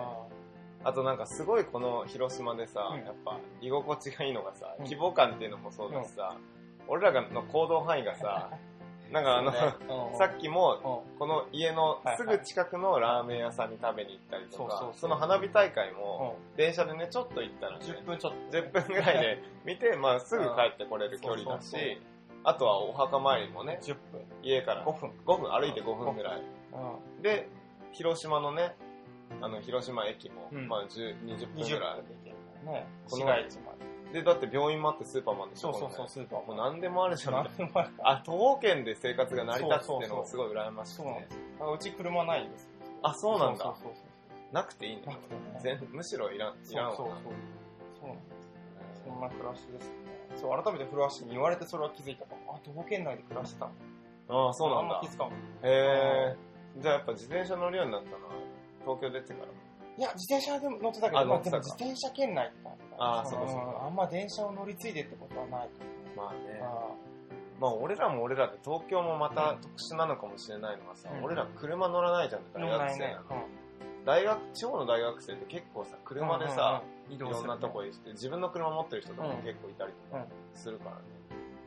Speaker 2: あとなんかすごいこの広島でさ、
Speaker 1: うん
Speaker 2: やっぱ居心地がいいのがさ
Speaker 1: うん
Speaker 2: 規模感っていうのもそうだしさ、俺らの行動範囲が
Speaker 1: <laughs>
Speaker 2: さなんかあの、
Speaker 1: そうね
Speaker 2: <laughs> さっきも
Speaker 1: うん
Speaker 2: この家のすぐ近くのラーメン屋さんに食べに行ったりとか、
Speaker 1: はいはいそうそうそう
Speaker 2: の花火大会
Speaker 1: う
Speaker 2: も
Speaker 1: ん
Speaker 2: 電車でねちょっと行ったらね
Speaker 1: 10分ちょっと。
Speaker 2: 10分ぐらい
Speaker 1: <laughs>
Speaker 2: で見て、まあ、すぐ帰ってこれる距離だし
Speaker 1: そうそうそう
Speaker 2: あとはお墓参りもね
Speaker 1: 10分。
Speaker 2: 家から
Speaker 1: 5分。
Speaker 2: 5分歩いて5分ぐらい
Speaker 1: うん。
Speaker 2: で広島のねあの広島駅も、
Speaker 1: うん
Speaker 2: まあ、10 20分ぐ
Speaker 1: 20
Speaker 2: ら
Speaker 1: 分で行けるからね。
Speaker 2: こ
Speaker 1: 市
Speaker 2: の
Speaker 1: 街地まで。
Speaker 2: いでだって病院もあってスーパーもあって
Speaker 1: そうそうそう、
Speaker 2: こ
Speaker 1: スーパー
Speaker 2: こね
Speaker 1: も。
Speaker 2: もう何でもあるじゃん
Speaker 1: なんでもあるから
Speaker 2: あ徒歩圏で生活が成り立つっていうのがすごい羨ましくて
Speaker 1: そうなんですよ。あうち車ないんですよ。
Speaker 2: あそうなんだ
Speaker 1: そうそうそうそう。
Speaker 2: なくていいんだよ
Speaker 1: なくてね
Speaker 2: 全むしろいらんい
Speaker 1: そう
Speaker 2: らんわな
Speaker 1: そうそう。そうなんです。そんな暮らしですね。そう、改めてフロアシに言われてそれは気づいたかも。あ、徒歩圏内で暮らしてたの。
Speaker 2: ああそうなん
Speaker 1: あんま
Speaker 2: だ
Speaker 1: 気づかんかっ
Speaker 2: へえじゃあやっぱ自転車乗るようになったのは東京出てから
Speaker 1: た。いや、自転車でも乗ってたけど、
Speaker 2: あ
Speaker 1: ま
Speaker 2: 乗っ
Speaker 1: あ
Speaker 2: て
Speaker 1: で
Speaker 2: た
Speaker 1: も
Speaker 2: か
Speaker 1: 自転車圏内って感じだ
Speaker 2: あー
Speaker 1: の
Speaker 2: そうかそうか
Speaker 1: んあんま電車を乗り継いでってことはない
Speaker 2: まあね
Speaker 1: から。あ
Speaker 2: まあ俺らも俺らで東京もまた特殊なのかもしれないのはさ、
Speaker 1: うん
Speaker 2: 俺ら車乗らないじゃん
Speaker 1: ー
Speaker 2: 大
Speaker 1: 乗
Speaker 2: 学
Speaker 1: らない
Speaker 2: 生
Speaker 1: ね
Speaker 2: なの。大学地方の大学生って結構さ車でさ、
Speaker 1: うんうんうん、移
Speaker 2: いろんなとこへ行って自分の車持ってる人とかも結構いたりと
Speaker 1: うん
Speaker 2: かするからね、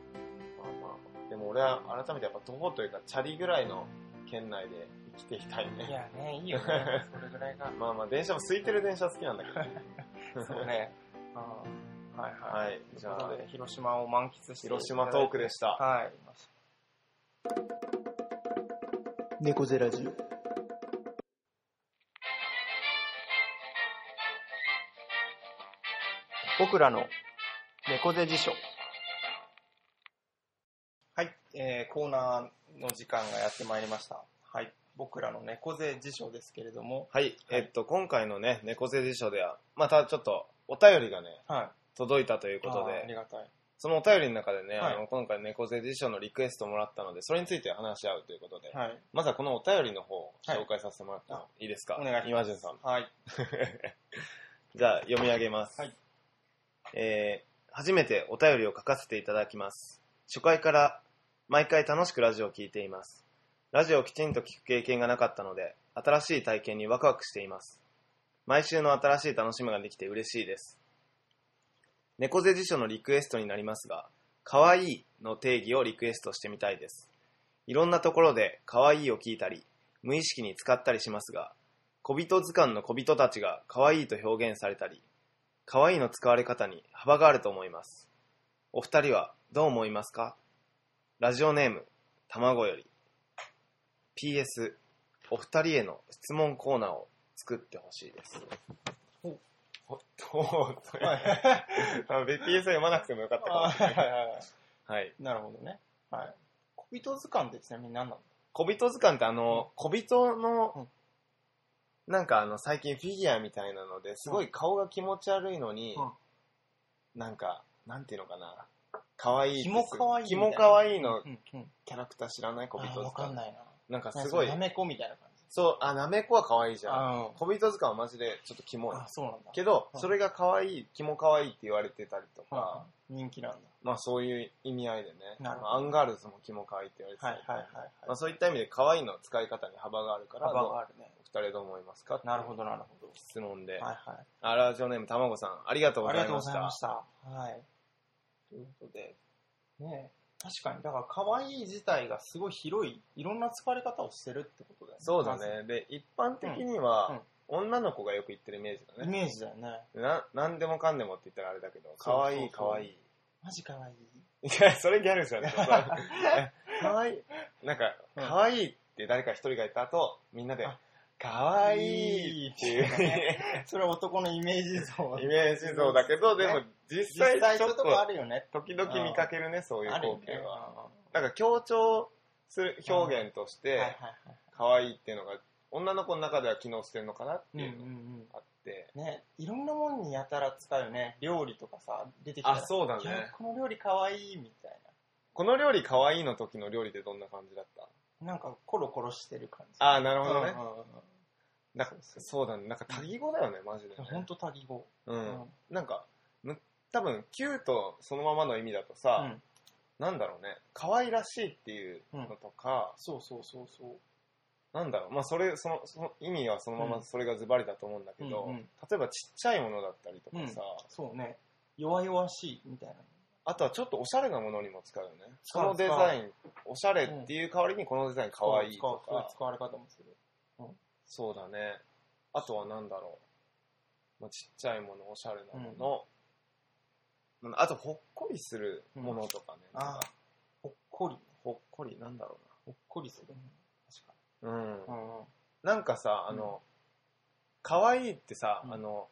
Speaker 2: まあまあでも俺は改めてやっぱ徒歩というかチャリぐらいの県内で生きていきたい
Speaker 1: い
Speaker 2: ね。
Speaker 1: やね、いいよ <laughs> ね。それぐらいが
Speaker 2: まあまあ電車も空いてる電車好きなんだけどね
Speaker 1: そうね。あーはいはい。
Speaker 2: はいじ
Speaker 1: と
Speaker 2: ゃ
Speaker 1: いうこ
Speaker 2: あ
Speaker 1: とで、広島を満喫していただい
Speaker 2: 広
Speaker 1: て。
Speaker 2: 島トークでした
Speaker 1: はい。
Speaker 2: 猫背ラジオ。
Speaker 1: 僕らの猫背辞書。はい、えーコーナーの時間がやってまいりました。はい、僕らの猫背辞書ですけれども、
Speaker 2: はい、えっと今回のね猫背辞書ではまたちょっとお便りがね
Speaker 1: は
Speaker 2: 届いたという
Speaker 1: い、
Speaker 2: こと
Speaker 1: あーあ
Speaker 2: で
Speaker 1: りがたい。
Speaker 2: そのお便りの中でね、
Speaker 1: はい
Speaker 2: あの今回猫背辞書のリクエストもらったのでそれについて話し合うということで、
Speaker 1: はい、
Speaker 2: まずはこのお便りの方を紹介させてもらってもいいですか、
Speaker 1: お願いします
Speaker 2: イマジンさん。
Speaker 1: はい、
Speaker 2: じゃあ読み上げます。
Speaker 1: はい
Speaker 2: えー初めてお便りを書かせていただきます。初回から毎回楽しくラジオを聞いています。ラジオをきちんと聞く経験がなかったので、新しい体験にワクワクしています。毎週の新しい楽しみができて嬉しいです。猫背辞書のリクエストになりますが、可愛いの定義をリクエストしてみたいです。いろんなところで可愛いを聞いたり、無意識に使ったりしますが、小人図鑑の小人たちが可愛いと表現されたり、可愛いの使われ方に幅があると思います。お二人はどう思いますかラジオネーム、卵より。PS、お二人への質問コーナーを作ってほしいです。
Speaker 1: お
Speaker 2: おっ <laughs> と、それあ別に PS は読まなくてもよかったかもしれ
Speaker 1: はい
Speaker 2: ない。
Speaker 1: はいはい。
Speaker 2: はい。
Speaker 1: <laughs> なるほどね。はい。小人図鑑ってちなみに何なの
Speaker 2: 小人図鑑ってあの、小人
Speaker 1: うん
Speaker 2: の、なんかあの、最近フィギュアみたいなので、すごい顔が気持ち悪いのに
Speaker 1: うん、
Speaker 2: なんか、なんていうのかな。可愛いです。
Speaker 1: キモ可愛いみた
Speaker 2: キ
Speaker 1: いな
Speaker 2: モ可愛いの
Speaker 1: うんうん。
Speaker 2: キャラクター知らない小人図
Speaker 1: あ、わかん
Speaker 2: 鑑。
Speaker 1: ないな。
Speaker 2: なんかすごい
Speaker 1: な、めこみたいな感じ。
Speaker 2: そう、あ、なめこは可愛いじゃん。
Speaker 1: あ
Speaker 2: 小人図鑑はマジでちょっとキモい。
Speaker 1: あ、そうなんだ。
Speaker 2: けど、
Speaker 1: うん
Speaker 2: それが可愛い、キモ可愛いって言われてたりと
Speaker 1: は
Speaker 2: か、
Speaker 1: い人気なんだ。
Speaker 2: まあそういう意味合いでね。
Speaker 1: なるほど
Speaker 2: まあアンガールズもキモ可愛いって言われてた
Speaker 1: はい
Speaker 2: りとか
Speaker 1: はいはい
Speaker 2: ま
Speaker 1: はい
Speaker 2: あ、。そういった意味で可愛いの使い方に幅があるから、
Speaker 1: 幅
Speaker 2: どう
Speaker 1: があるね。
Speaker 2: お二人どう思いますか
Speaker 1: なるほどなるほど。
Speaker 2: 質問で。
Speaker 1: はいはい。
Speaker 2: あラジオネームたまごさん、ありがとうご
Speaker 1: あり
Speaker 2: ざ
Speaker 1: が
Speaker 2: い
Speaker 1: とう
Speaker 2: ま
Speaker 1: ご
Speaker 2: した。
Speaker 1: ざいました。はい。ということで、ねえ確かに、だから可愛い自体がすごい広い、いろんな使われ方をしてるってことだよね。
Speaker 2: そうだね。で、一般的には、女の子がよく言ってるイメージ
Speaker 1: ま
Speaker 2: だ
Speaker 1: ず。イ
Speaker 2: ね。
Speaker 1: メージだよね。
Speaker 2: な、なんでもかんでもって言ったらあれだけど、
Speaker 1: そう
Speaker 2: 可愛い
Speaker 1: そうそう
Speaker 2: 可愛い <laughs>
Speaker 1: マジ可愛い。
Speaker 2: い <laughs> や、それギャルじゃん。可愛いなんか、
Speaker 1: うん
Speaker 2: 可愛いって誰か一人が言った後、みんなで
Speaker 1: あ、
Speaker 2: 可愛いっていう
Speaker 1: <laughs> それは男のイメージ
Speaker 2: <laughs>
Speaker 1: 像。
Speaker 2: イメージ像だけど、でも実際
Speaker 1: 実際
Speaker 2: ち
Speaker 1: ち
Speaker 2: ょ
Speaker 1: ょ
Speaker 2: っ
Speaker 1: っ
Speaker 2: と
Speaker 1: とあるよね。
Speaker 2: 時々見かけるね、そういう
Speaker 1: あるよ
Speaker 2: 光
Speaker 1: ね
Speaker 2: 景は。
Speaker 1: う
Speaker 2: なんか強調する表現とし
Speaker 1: んはいはい
Speaker 2: て、可愛いっていうのが、女の子の中では機能してるのかなって
Speaker 1: はい。
Speaker 2: いううんの
Speaker 1: うん
Speaker 2: が
Speaker 1: うん。
Speaker 2: あって。
Speaker 1: ね、いろんなもんにやたら使うよね。料理とかさ、出てきたら。
Speaker 2: あ、そうだ
Speaker 1: いや
Speaker 2: ね。
Speaker 1: この料理可愛いみたい
Speaker 2: この料理可愛いの時の料理ってどんな感じだっ
Speaker 1: な。なんかコロコロしてる感じ。
Speaker 2: たあー、なるほどね
Speaker 1: うん。うんうんうん
Speaker 2: なんかそうだね。なんか多義語だよね、マジで
Speaker 1: いやほん
Speaker 2: ね。
Speaker 1: と多義語。
Speaker 2: う。
Speaker 1: うん
Speaker 2: なんか、む多分、キュートそのままの意味だとさ、
Speaker 1: ん
Speaker 2: なんだろうね。可愛らしいっていうのとか、
Speaker 1: そうそうそうそう。
Speaker 2: なんだろう、まあそれ、その、その意味はそのま
Speaker 1: う
Speaker 2: ま
Speaker 1: ん
Speaker 2: それがズバリだと思うんだけど、
Speaker 1: うんうん
Speaker 2: 例えばちっちゃいものだったりとかさ、
Speaker 1: そうね。弱々しいみたいな。
Speaker 2: あとはちょっとおしゃれなものにも使うよね。
Speaker 1: 使
Speaker 2: こ
Speaker 1: う
Speaker 2: のデザイン、おしゃれっていう代わりにこのデザイン可愛い
Speaker 1: 使う
Speaker 2: と
Speaker 1: 使う
Speaker 2: か、
Speaker 1: 使われ方もする。
Speaker 2: そうだね。あとはなんだろう、まあ、ちっちゃいもの、おしゃれなもの、うんあとほっこりするものとかね。なんか
Speaker 1: ほっこり。
Speaker 2: ほっこり、なんだろ
Speaker 1: ほっこりするね。
Speaker 2: うな。うん。
Speaker 1: 確かに。うんうん。
Speaker 2: なんかさ、あの、可愛いってさ、
Speaker 1: うん
Speaker 2: あの、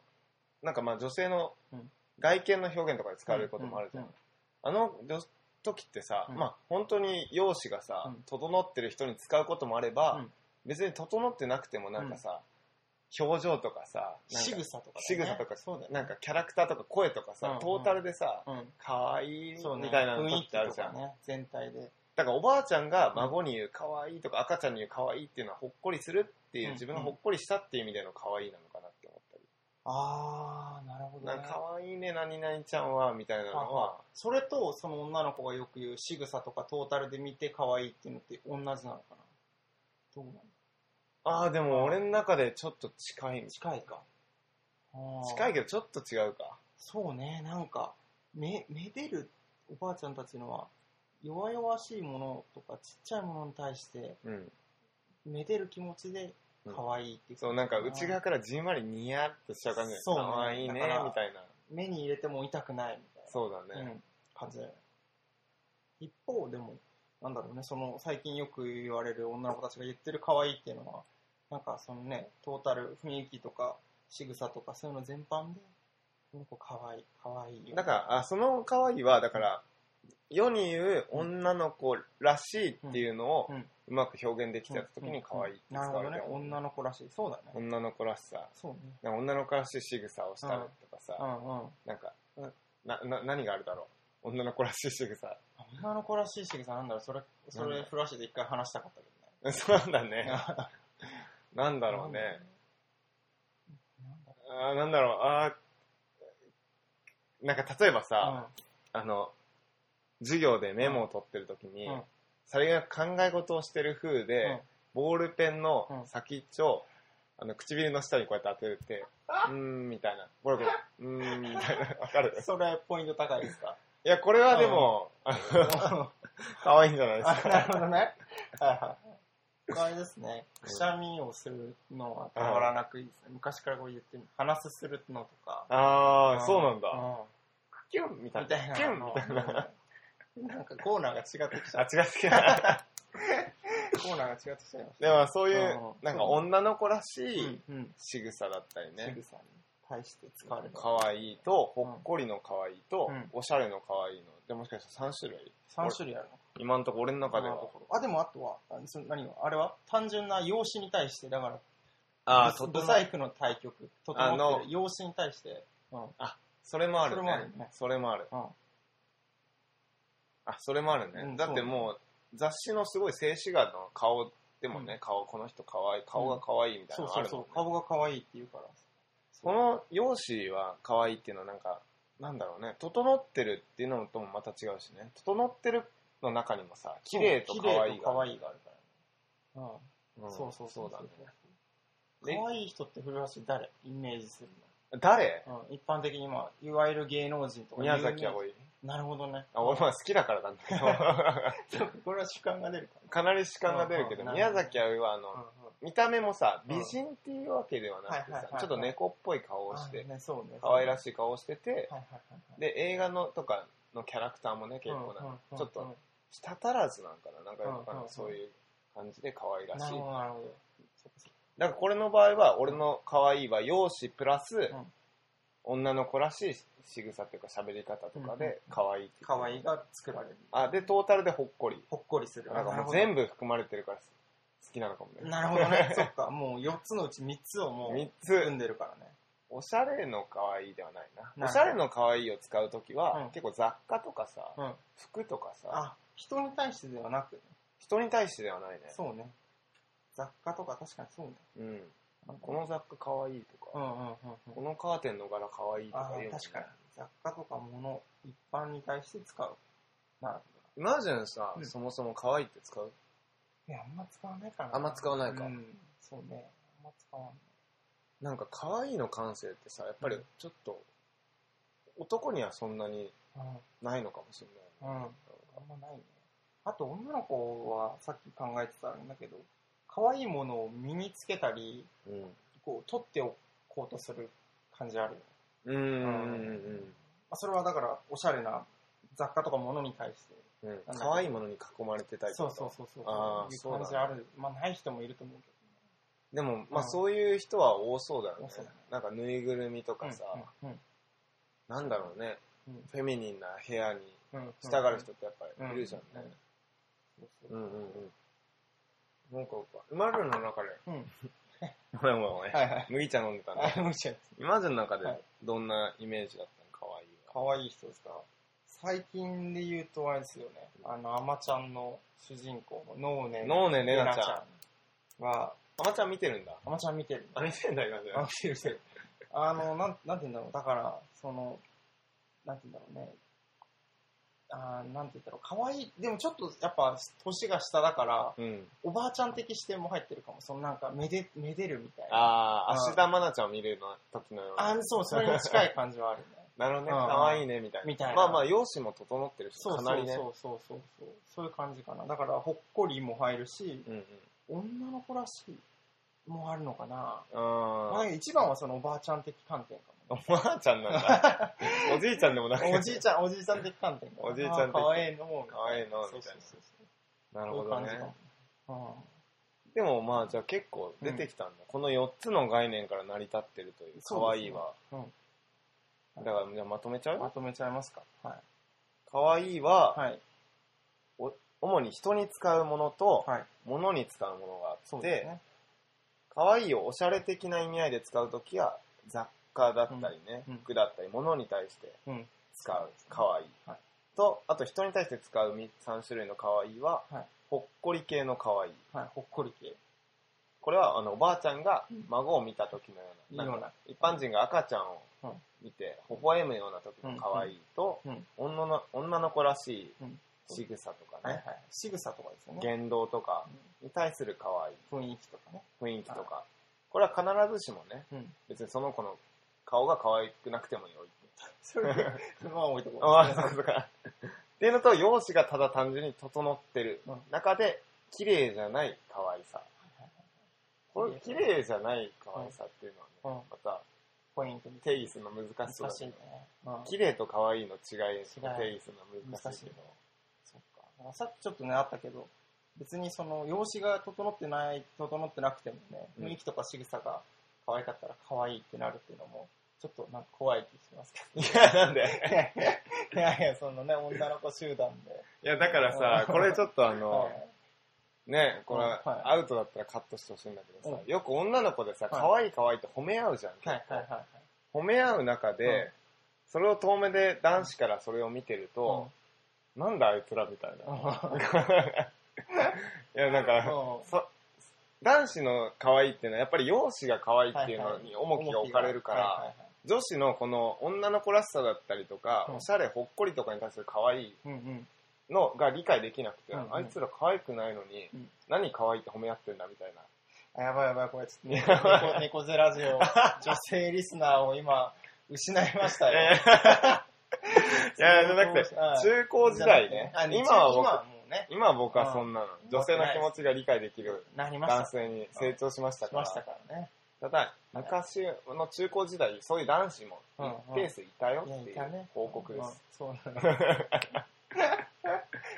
Speaker 2: なんかまあ女性の
Speaker 1: うん
Speaker 2: 外見の表現とかで使われることもあるじゃん。
Speaker 1: うんうん
Speaker 2: あの女時ってさ、
Speaker 1: うん
Speaker 2: まあ本当に容姿がさ、
Speaker 1: うん
Speaker 2: 整ってる人に使うこともあれば、
Speaker 1: うん
Speaker 2: 別に整ってなくてもなんかさ、表情とかさ、なんか
Speaker 1: 仕草とかね。
Speaker 2: 仕草とか
Speaker 1: そうだよね。
Speaker 2: なんかキャラクターとか声とかさ、
Speaker 1: うんうん
Speaker 2: トータルでさ、
Speaker 1: うん。
Speaker 2: 可愛い
Speaker 1: そうね。
Speaker 2: みたいなの
Speaker 1: 雰
Speaker 2: 時
Speaker 1: 囲
Speaker 2: っ
Speaker 1: 気
Speaker 2: てある
Speaker 1: と
Speaker 2: じゃ
Speaker 1: か
Speaker 2: ん。
Speaker 1: ね。全体で。
Speaker 2: だからおばあちゃんが孫に言う可愛いとか赤ちゃんに言う可愛いっていうのはほっこりするっていう、
Speaker 1: うん
Speaker 2: 自分がほっこりしたっていう意味での可愛いなのかなって思ったり。
Speaker 1: あー、なるほどね。
Speaker 2: なんか可愛いね、何々ちゃんは、みたいなの
Speaker 1: は
Speaker 2: は
Speaker 1: は、それと、その女の子がよく言う仕草とかトータルで見て可愛いっていうのって同じなのかなどうなの
Speaker 2: ああ、でも俺の中でちょっと近い。
Speaker 1: 近いか。近
Speaker 2: 近いけどちょっと違うか。
Speaker 1: そうね、なんか、め、めでるおばあちゃんたちのは、弱々しいものとかちっちゃいものに対して、
Speaker 2: うん。
Speaker 1: めでる気持ちで可愛いっていう、
Speaker 2: そう、なんか内側からじんわりニヤッとしちゃう感じ
Speaker 1: そうね
Speaker 2: 可愛いね、み
Speaker 1: だから
Speaker 2: たいな。
Speaker 1: 目に入れても痛くないみたいな。
Speaker 2: そうだ
Speaker 1: う
Speaker 2: ね。
Speaker 1: ん、感じだよね一方でも、なんだろうね、その最近よく言われる女の子たちが言ってる可愛いっていうのは、なんかそのね、トータル雰囲気とか仕草とかそういうの全般で、この子可愛い、可愛いよ。
Speaker 2: だから、あ、その可愛いは、だから、世に言う女の子らしいっていうのを
Speaker 1: うんうん
Speaker 2: うまく表現できた時に可愛いって使
Speaker 1: なるほ
Speaker 2: われ
Speaker 1: ど
Speaker 2: て
Speaker 1: ね
Speaker 2: る、
Speaker 1: 女の子らしい。そうだね。
Speaker 2: 女の子らしさ。
Speaker 1: そうね。
Speaker 2: なんか女の子らしい仕草をしたりとか
Speaker 1: う
Speaker 2: さ、
Speaker 1: んうん。
Speaker 2: なんか、な、な、何があるだろう。女の子らしい仕草。 <laughs>
Speaker 1: 女の子らしい仕草なんだろう、それ、そ
Speaker 2: なん
Speaker 1: れ
Speaker 2: だ
Speaker 1: フラッシュで一回話したかったけど
Speaker 2: そうだね
Speaker 1: ね。。
Speaker 2: なんだ
Speaker 1: だ
Speaker 2: ろうね。。
Speaker 1: なんだ
Speaker 2: あーなんだろう、あーなんか例えば
Speaker 1: ろ
Speaker 2: さ、あの、授業でメモを取ってるときに、
Speaker 1: うん
Speaker 2: さりげなく考え事をしてる風で、
Speaker 1: うん
Speaker 2: ボールペン
Speaker 1: うん
Speaker 2: の先っちょ、あの、唇の下にこうやって当てて、うーん、みたいな。ゴロゴロ、うーん、みた
Speaker 1: <laughs>
Speaker 2: いな。わかる
Speaker 1: それポイント高いですか
Speaker 2: いや、これはでも、
Speaker 1: あ
Speaker 2: <laughs> 可愛いんじゃないですか。
Speaker 1: なるほどね。はいはい。これですね。くしゃみをするのは変わらなくいいですね。昔からこう言ってる。鼻すするのとか。
Speaker 2: あー、そうなんだ。
Speaker 1: ん
Speaker 2: キュンみたい
Speaker 1: みた
Speaker 2: な。
Speaker 1: いな。
Speaker 2: キュンみたいな。
Speaker 1: うんなんかコーナーが違ってきち
Speaker 2: あ、
Speaker 1: ゃ
Speaker 2: 違う
Speaker 1: う。
Speaker 2: 違う。 <laughs>
Speaker 1: コーナーが違ってきちゃいまし
Speaker 2: でもそういう
Speaker 1: うん、
Speaker 2: なんか女の子らしい、
Speaker 1: た。うん。
Speaker 2: 仕草だったり
Speaker 1: 仕
Speaker 2: ね。
Speaker 1: 草に対して使われる。
Speaker 2: 可愛いと、ほっこりの可愛いと、
Speaker 1: うん
Speaker 2: おしゃれの可愛いの。で、もしかしたら3種類
Speaker 1: 3種類あるの。
Speaker 2: 今のところ俺の中では。
Speaker 1: あ、でもあとは、あそ何はあれは単純な容姿に対して、だから、
Speaker 2: あー、と
Speaker 1: ブ
Speaker 2: て
Speaker 1: スブ
Speaker 2: も
Speaker 1: サイクの対局、とても
Speaker 2: あの
Speaker 1: 容姿に対して、うん。
Speaker 2: それもある
Speaker 1: それもあるね
Speaker 2: ね。それもある。
Speaker 1: うん
Speaker 2: あ、それもある
Speaker 1: う
Speaker 2: ね
Speaker 1: ん。
Speaker 2: だってもう、雑誌のすごい静止画の顔でも
Speaker 1: う
Speaker 2: ね、顔、この人可愛い、顔が可愛いみたい
Speaker 1: そ
Speaker 2: な
Speaker 1: う
Speaker 2: の
Speaker 1: そ
Speaker 2: あ
Speaker 1: う
Speaker 2: る
Speaker 1: そ
Speaker 2: の
Speaker 1: う。顔が可愛いって言うから。
Speaker 2: この容姿は可愛いっていうのはなんか、なんだろうね、整ってるっていうのともまた違うしね。整ってるの中にもさ、綺麗と可愛いがある。
Speaker 1: いがあるからね。うん。そうそうそう
Speaker 2: だね。
Speaker 1: 可
Speaker 2: で
Speaker 1: 愛い人って古橋誰イメージする
Speaker 2: 誰
Speaker 1: の、うん、一般的にまあ、いわゆる芸能人とか。
Speaker 2: 宮崎
Speaker 1: は
Speaker 2: あおい。
Speaker 1: なるほどね。
Speaker 2: あ、俺は好きだからなんだけ
Speaker 1: <laughs>
Speaker 2: ど。
Speaker 1: そうこれは主観が出るか
Speaker 2: かなり主観が出るけ
Speaker 1: う
Speaker 2: ど
Speaker 1: んう、ん
Speaker 2: 宮崎あおいはあの
Speaker 1: ら。、
Speaker 2: 見た目もさ、
Speaker 1: うん
Speaker 2: 美人っていうわけではなくて
Speaker 1: はいはいはい
Speaker 2: さ
Speaker 1: は、い
Speaker 2: ちょっと猫っぽい顔をし
Speaker 1: あ
Speaker 2: て、
Speaker 1: ね、そうね。
Speaker 2: 可愛
Speaker 1: し
Speaker 2: らしい顔をしてて
Speaker 1: い。、はいはいはいはい。
Speaker 2: で、映画のとかのキャラクターもね、結構なんか、ちょっと、舌足らずなんかな、なんかよくわかん
Speaker 1: うん
Speaker 2: な
Speaker 1: うんう
Speaker 2: い
Speaker 1: ん
Speaker 2: そういう感じで可愛ら
Speaker 1: な
Speaker 2: し
Speaker 1: る
Speaker 2: い。
Speaker 1: ほど、なるほど。
Speaker 2: だからこれの場合は、俺の可愛いは容姿プラス
Speaker 1: ん、
Speaker 2: 女の子らしい仕草っていうか喋り方とか
Speaker 1: うんうん
Speaker 2: で、可愛いっていう
Speaker 1: 可愛いが作られる。
Speaker 2: あ、で、トータルでほっこり。
Speaker 1: ほっこりする。
Speaker 2: なんか
Speaker 1: なる
Speaker 2: もう
Speaker 1: ほど
Speaker 2: 全部含まれてるから好きなのかもね。
Speaker 1: なるほ
Speaker 2: <laughs>
Speaker 1: どね。 <laughs> そっか、もう4つのうち3つをも
Speaker 2: 三
Speaker 1: う、
Speaker 2: つ
Speaker 1: 組ん、でるからね。
Speaker 2: おしゃれの可愛いではないな。
Speaker 1: ない
Speaker 2: おしゃれの可愛いを使うとき
Speaker 1: う
Speaker 2: は、
Speaker 1: ん
Speaker 2: 結構雑貨とかさ、
Speaker 1: うん。
Speaker 2: 服とかさ、
Speaker 1: あ、人に対してではなく、
Speaker 2: 人に対してではないね。
Speaker 1: そうね。雑貨とか確かにそうね。
Speaker 2: うん。
Speaker 1: なんか
Speaker 2: この雑貨可愛いと
Speaker 1: う
Speaker 2: か、
Speaker 1: んうんうんう
Speaker 2: こ
Speaker 1: ん。
Speaker 2: のカーテンの柄可愛いと
Speaker 1: あ
Speaker 2: か言うもんね
Speaker 1: 確かに。雑貨とか物、一般に対して使う。なるほ
Speaker 2: マジでさ、
Speaker 1: うん
Speaker 2: そもそも可愛いって使う
Speaker 1: ど。いや、あんま使わないから
Speaker 2: あんま使わないか
Speaker 1: うん。そうね。あんま使わない。
Speaker 2: なんか可愛いの感性ってさ、やっぱり
Speaker 1: うん
Speaker 2: ちょっと、男にはそんなに
Speaker 1: うん。
Speaker 2: ないのかもしれないね。
Speaker 1: うん。あんまないね。あと、女の子はさっき考えてたんだけど、可愛いものを身につけたり、
Speaker 2: うん。
Speaker 1: こう、取っておこうとする感じあるよね。
Speaker 2: うーん。
Speaker 1: まあ、それはだから、おしゃれな雑貨とか物に対して、
Speaker 2: うん。可愛いものに囲まれてたりと
Speaker 1: そう
Speaker 2: か
Speaker 1: そうそうそう、
Speaker 2: あー
Speaker 1: いう感じある。まあ、ない人もいると思うけ
Speaker 2: でも、まあ
Speaker 1: うん
Speaker 2: そういう人は多そうだよね
Speaker 1: 多そうだね。
Speaker 2: なんかぬいぐるみと
Speaker 1: ど。
Speaker 2: かさ、
Speaker 1: うん、うん
Speaker 2: なんだろうね、
Speaker 1: うん
Speaker 2: フェミニンな部屋に
Speaker 1: うんうん
Speaker 2: 従う人ってやっぱりいるじゃんね。
Speaker 1: そう
Speaker 2: う
Speaker 1: そ
Speaker 2: ん
Speaker 1: う
Speaker 2: うんうん。なんか、イマジュンの中で、
Speaker 1: うん。
Speaker 2: ごめんごめんごめ
Speaker 1: <laughs> は
Speaker 2: ん。
Speaker 1: いはい。
Speaker 2: 麦茶飲んでたね。
Speaker 1: あむしゃ
Speaker 2: イマジュンの中で
Speaker 1: はい
Speaker 2: どんなイメージだったの可愛いは。
Speaker 1: 可愛い人ですか最近で言うとあれですよね。あの、アマちゃんの主人公のノーネ
Speaker 2: ノーネレナちゃん。
Speaker 1: んは、
Speaker 2: あまちゃん見てるんだ。
Speaker 1: アマちゃん見てる。
Speaker 2: あ、見てんだ、今じゃ
Speaker 1: あ、見てる見てる。あの、なん、なんて言うんだろう。だから、その、なんて言うんだろうね。あーなんて言ったら、可愛い。でもちょっと、やっぱ、年が下だから、
Speaker 2: うん。
Speaker 1: おばあちゃん的視点も入ってるかも。そのなんか、めで、めでるみたいな。
Speaker 2: あ
Speaker 1: うん
Speaker 2: ー、芦田愛菜ちゃんを見るの時のよう
Speaker 1: あ
Speaker 2: な。
Speaker 1: ーそう、それに近い <laughs> 感じはあるね。
Speaker 2: なるほどね。
Speaker 1: うん
Speaker 2: 可愛いね、みたいな。
Speaker 1: みたいな
Speaker 2: まあまあ、容姿も整ってるし、
Speaker 1: そう
Speaker 2: か
Speaker 1: そう
Speaker 2: なりね。
Speaker 1: そうそうそうそう。そういう感じかな。だから、ほっこりも入るし、
Speaker 2: うんうん。
Speaker 1: 女の子らしいもあるのかな。ま
Speaker 2: あ
Speaker 1: あ、
Speaker 2: ー
Speaker 1: 一番はそのおばあちゃん的観点か
Speaker 2: お
Speaker 1: も、
Speaker 2: ばあちゃんなん
Speaker 1: <laughs>
Speaker 2: だ。おじいちゃんでもなく
Speaker 1: ね。お
Speaker 2: て。
Speaker 1: じいちゃん、おじいちゃん的観点かも。
Speaker 2: おじいちゃん的
Speaker 1: かわいいのも。
Speaker 2: 可愛いの
Speaker 1: そう
Speaker 2: み
Speaker 1: そ
Speaker 2: た
Speaker 1: う
Speaker 2: いな。
Speaker 1: そうそう。
Speaker 2: なるほ
Speaker 1: そういう
Speaker 2: ど
Speaker 1: 感じか
Speaker 2: ね。
Speaker 1: も。うん
Speaker 2: でもまあじゃあ結構出てきたんだ、この4つの概念から成り立ってるという
Speaker 1: そうで
Speaker 2: 可愛
Speaker 1: すね
Speaker 2: いは、
Speaker 1: うん
Speaker 2: だからじゃあまとめちゃう、
Speaker 1: まとめちゃいますか。はい。
Speaker 2: 可愛いは、
Speaker 1: はい。
Speaker 2: 主に人に使うものと、
Speaker 1: はい。
Speaker 2: 物に使うものがあって、
Speaker 1: そうですね。
Speaker 2: 可愛いをおしゃれ的な意味合いで使うときは雑貨だったりね、
Speaker 1: うんうん
Speaker 2: 服だったり物に対して
Speaker 1: うん。
Speaker 2: 使う可愛い、
Speaker 1: はい
Speaker 2: とあと人に対して使う3種類の可愛いは、
Speaker 1: はい
Speaker 2: ほっこり系の可愛い
Speaker 1: はい。ほっこり系。
Speaker 2: これはあのおばあちゃんが
Speaker 1: うん
Speaker 2: 孫を見た時のような,、
Speaker 1: いいような
Speaker 2: か一般人が赤ちゃん
Speaker 1: うん
Speaker 2: を見て微笑むような時の可愛いと、
Speaker 1: うんうん
Speaker 2: 女の女の子らしい
Speaker 1: うん仕
Speaker 2: 仕草とか
Speaker 1: はいは
Speaker 2: ね
Speaker 1: い、。仕草とかですよね。
Speaker 2: 言動とかに対する可愛い
Speaker 1: 雰囲気とかね。
Speaker 2: 雰囲気とか。これは必ずしもね、
Speaker 1: <laughs> うん。
Speaker 2: 別にその子の顔が可愛くなくてもよいって。
Speaker 1: それで、まあ置いとこう。
Speaker 2: ああ、そうかそうか。っていうのと、容姿がただ単純に整ってる
Speaker 1: うん
Speaker 2: 中で、綺麗じゃない可愛さ。これ、綺
Speaker 1: 綺
Speaker 2: 麗じゃない可愛さっていうのはね、また
Speaker 1: ポイントに。
Speaker 2: 定義するの難しそう
Speaker 1: 難
Speaker 2: だ
Speaker 1: しい
Speaker 2: け
Speaker 1: ね
Speaker 2: ど。。
Speaker 1: うん
Speaker 2: 綺麗と可愛いの違いを定
Speaker 1: 違
Speaker 2: 義するのは難
Speaker 1: 難
Speaker 2: し
Speaker 1: し
Speaker 2: い
Speaker 1: い
Speaker 2: け
Speaker 1: ね
Speaker 2: ど。。
Speaker 1: そっか。さっきちょっとね、あったけど、別にその、容姿が整ってない、整ってなくてもね、
Speaker 2: うん
Speaker 1: 雰囲気とか仕草が可愛かったら可愛いってなるっていうのも、ちょっとなんか怖い気しますけ
Speaker 2: いや、なんで
Speaker 1: ど。
Speaker 2: <laughs>
Speaker 1: いやいや、そのね、女の子集団で。
Speaker 2: いや、だからさ、これちょっとあの、ね、これ
Speaker 1: うんはい
Speaker 2: アウトだったらカットしてほしいんだけどさ、
Speaker 1: う
Speaker 2: よく女の子でさ、
Speaker 1: はい
Speaker 2: 可愛い可愛いって褒め合うじゃん。
Speaker 1: はいはいはいはい。
Speaker 2: 褒め合う中
Speaker 1: う
Speaker 2: で
Speaker 1: ん、
Speaker 2: それを遠目で男子からそれを見てると、なんだあいつらみ <laughs> たいな。いや、なんか、
Speaker 1: うん
Speaker 2: そ男子の可愛いっていうのは、やっぱり容姿が可愛いっていうのに重きが置かれるから、
Speaker 1: はいはいはい
Speaker 2: 女子のこの女の子らしさだったりとか、
Speaker 1: うん
Speaker 2: おしゃれ、ほっこりとかに対する可愛い
Speaker 1: うんうん。
Speaker 2: のが理解できなくて、
Speaker 1: うんうん
Speaker 2: あいつら可愛くないのに、
Speaker 1: うん
Speaker 2: 何可愛いって褒め合ってんだみたいな。
Speaker 1: あやばいやばい、これちょっと猫、猫背ラジオ、女性リスナーを今、失いま <laughs> したよ。
Speaker 2: <laughs> いや、じゃなくて、
Speaker 1: はい
Speaker 2: 中高時代ね
Speaker 1: あ。
Speaker 2: 今は
Speaker 1: 今
Speaker 2: 僕、
Speaker 1: はもうね、
Speaker 2: 今は僕はそんなの。
Speaker 1: うん
Speaker 2: 女性の気持ちが理解できる
Speaker 1: なりました
Speaker 2: 男。性に成長しました
Speaker 1: し
Speaker 2: か
Speaker 1: ました
Speaker 2: ら。
Speaker 1: からね。
Speaker 2: ただ、昔の中高時代、そういう男子も
Speaker 1: うんうん
Speaker 2: 一定数いたよ
Speaker 1: いや、
Speaker 2: って
Speaker 1: い
Speaker 2: い
Speaker 1: た
Speaker 2: う
Speaker 1: ね。
Speaker 2: 報告です。
Speaker 1: うん。そうなんだ。
Speaker 2: <laughs>
Speaker 1: い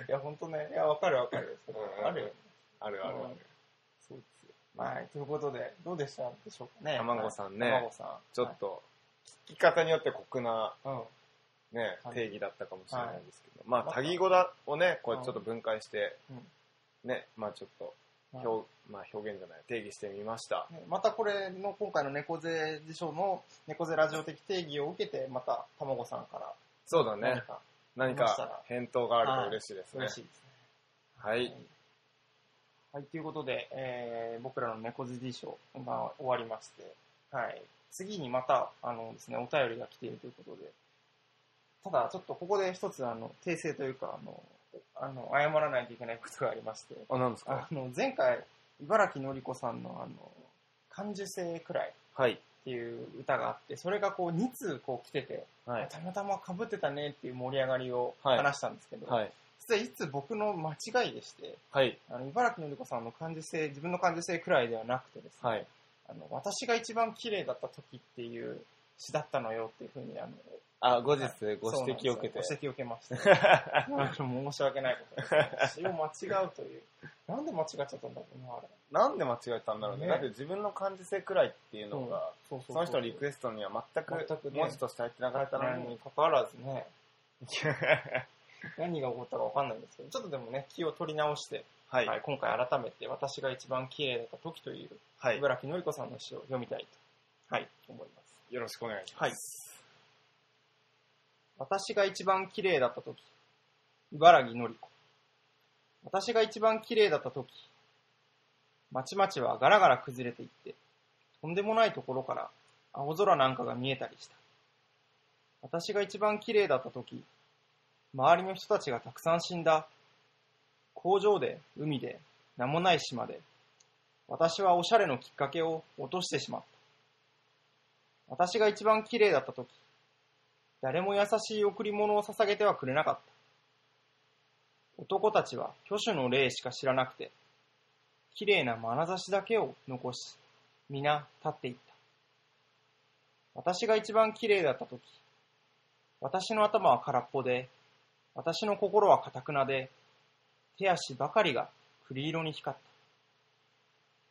Speaker 1: や、ほんとね。いや、わかるわかる。それ
Speaker 2: うん
Speaker 1: あるよ。
Speaker 2: あるあるある。
Speaker 1: そうですよ。はい、ということで、どうでしたでしょうかね。
Speaker 2: 卵さんね
Speaker 1: はい卵さん。
Speaker 2: ちょっと、聞き方によって酷な
Speaker 1: はい。うん。
Speaker 2: ね
Speaker 1: は、い
Speaker 2: 定義だったかもしれないですけど、
Speaker 1: い
Speaker 2: まあ、多義語だをね、こう
Speaker 1: うん
Speaker 2: ちょっと分解して
Speaker 1: うん、
Speaker 2: ね、まあちょっと、
Speaker 1: はい
Speaker 2: 表、まあ表現じゃない、定義してみました。
Speaker 1: ねまたこれの今回の猫背辞書の猫背ラジオ的定義を受けて、また卵さんから
Speaker 2: そうだ
Speaker 1: 何
Speaker 2: ね。
Speaker 1: か
Speaker 2: 何
Speaker 1: ありました
Speaker 2: から返答があると嬉しいですね
Speaker 1: 嬉。しいですね。
Speaker 2: はい。
Speaker 1: はい、ということで、えー僕らの猫背辞書が終わりまして、はい、次にまた、あのですね、お便りが来ているということで、ただちょっとここで一つ、あの、訂正というか、あの、あの謝らないといけないことがありまして、
Speaker 2: あ、なんです
Speaker 1: あの、前回、茨城のりこさんの、あの、感受性くらいっ
Speaker 2: はい。
Speaker 1: ていう歌があって、それがこう、2通こう来てて、
Speaker 2: はい。
Speaker 1: たまたま被ってたねっていう盛り上がりを
Speaker 2: はい
Speaker 1: 話したんですけど、
Speaker 2: はい。
Speaker 1: 実はいつ僕の間違いでして、
Speaker 2: はい。
Speaker 1: あの、茨城のりこさんの感受性、自分の感受性くらいではなくてですね、
Speaker 2: はい。
Speaker 1: あの、私が一番綺麗だった時っていう詩だったのよっていうふうに、あの、
Speaker 2: あ、後日
Speaker 1: そう
Speaker 2: ご
Speaker 1: なん
Speaker 2: 指
Speaker 1: です
Speaker 2: 摘
Speaker 1: よ
Speaker 2: を受けて。
Speaker 1: ご指摘を受けました。
Speaker 2: <laughs>
Speaker 1: あの申し訳ないことです、ね。詩を間違うという。なんで間違っちゃったんだろうな、あれ。
Speaker 2: なんで間違えたんだろうね。
Speaker 1: ね
Speaker 2: だって自分の感じ性くらいっていうのが、
Speaker 1: そうそう
Speaker 2: その人のリクエストには全
Speaker 1: 全
Speaker 2: く
Speaker 1: くね
Speaker 2: 文字として入ってなかったのに。
Speaker 1: に関わらずね、何が起こったかわかんないんですけど、ちょっとでもね、気を取り直して、
Speaker 2: <laughs> は
Speaker 1: はい
Speaker 2: い。
Speaker 1: 今回改めて私が一番綺麗だった時という、
Speaker 2: はい。
Speaker 1: 茨城のりこさんの詩を読みたいと、はい、思います。
Speaker 2: よろしくお願いし
Speaker 1: はい。私が一番綺麗だった時、茨城のり子。私が一番綺麗だった時、まちまちはガラガラ崩れていって、とんでもないところから青空なんかが見えたりした。私が一番綺麗だった時、周りの人たちがたくさん死んだ。工場で、海で、名もない島で、私はおしゃれのきっかけを落としてしまった。私が一番綺麗だった時、誰も優しい贈り物を捧げてはくれなかった。男たちは挙手の礼しか知らなくて、綺麗な眼差しだけを残し、皆立っていった。私が一番綺麗だった時、私の頭は空っぽで、私の心はかたくなで、手足ばかりが栗色に光っ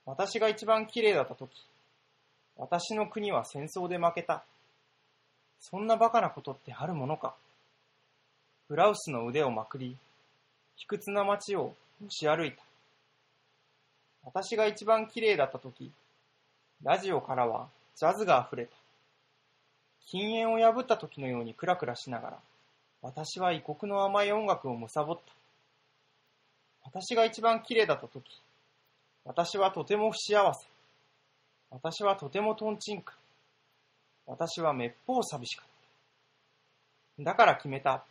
Speaker 1: た。私が一番綺麗だった時、私の国は戦争で負けた。そんなバカなことってあるものか。ブラウスの腕をまくり、卑屈な街を押し歩いた。私が一番綺麗だった時、ラジオからはジャズが溢れた。禁煙を破った時のようにクラクラしながら、私は異国の甘い音楽を貪った。私が一番綺麗だった時、私はとても不幸せ。私はとてもとんちんか。私はめっぽう寂しかった。だから決めた。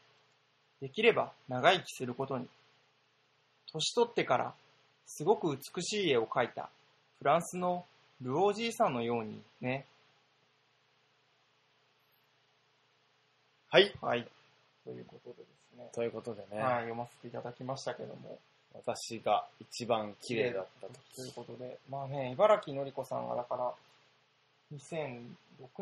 Speaker 1: できれば長生きすることに。年取ってから、すごく美しい絵を描いた、フランスのルオージーさんのようにね。
Speaker 2: はい。
Speaker 1: はい。ということでですね。
Speaker 2: ということでね、
Speaker 1: はい、読ませていただきましたけども。
Speaker 2: 私が一番綺麗だったと。
Speaker 1: ということで、まあね、茨城のり子さんがだから、2006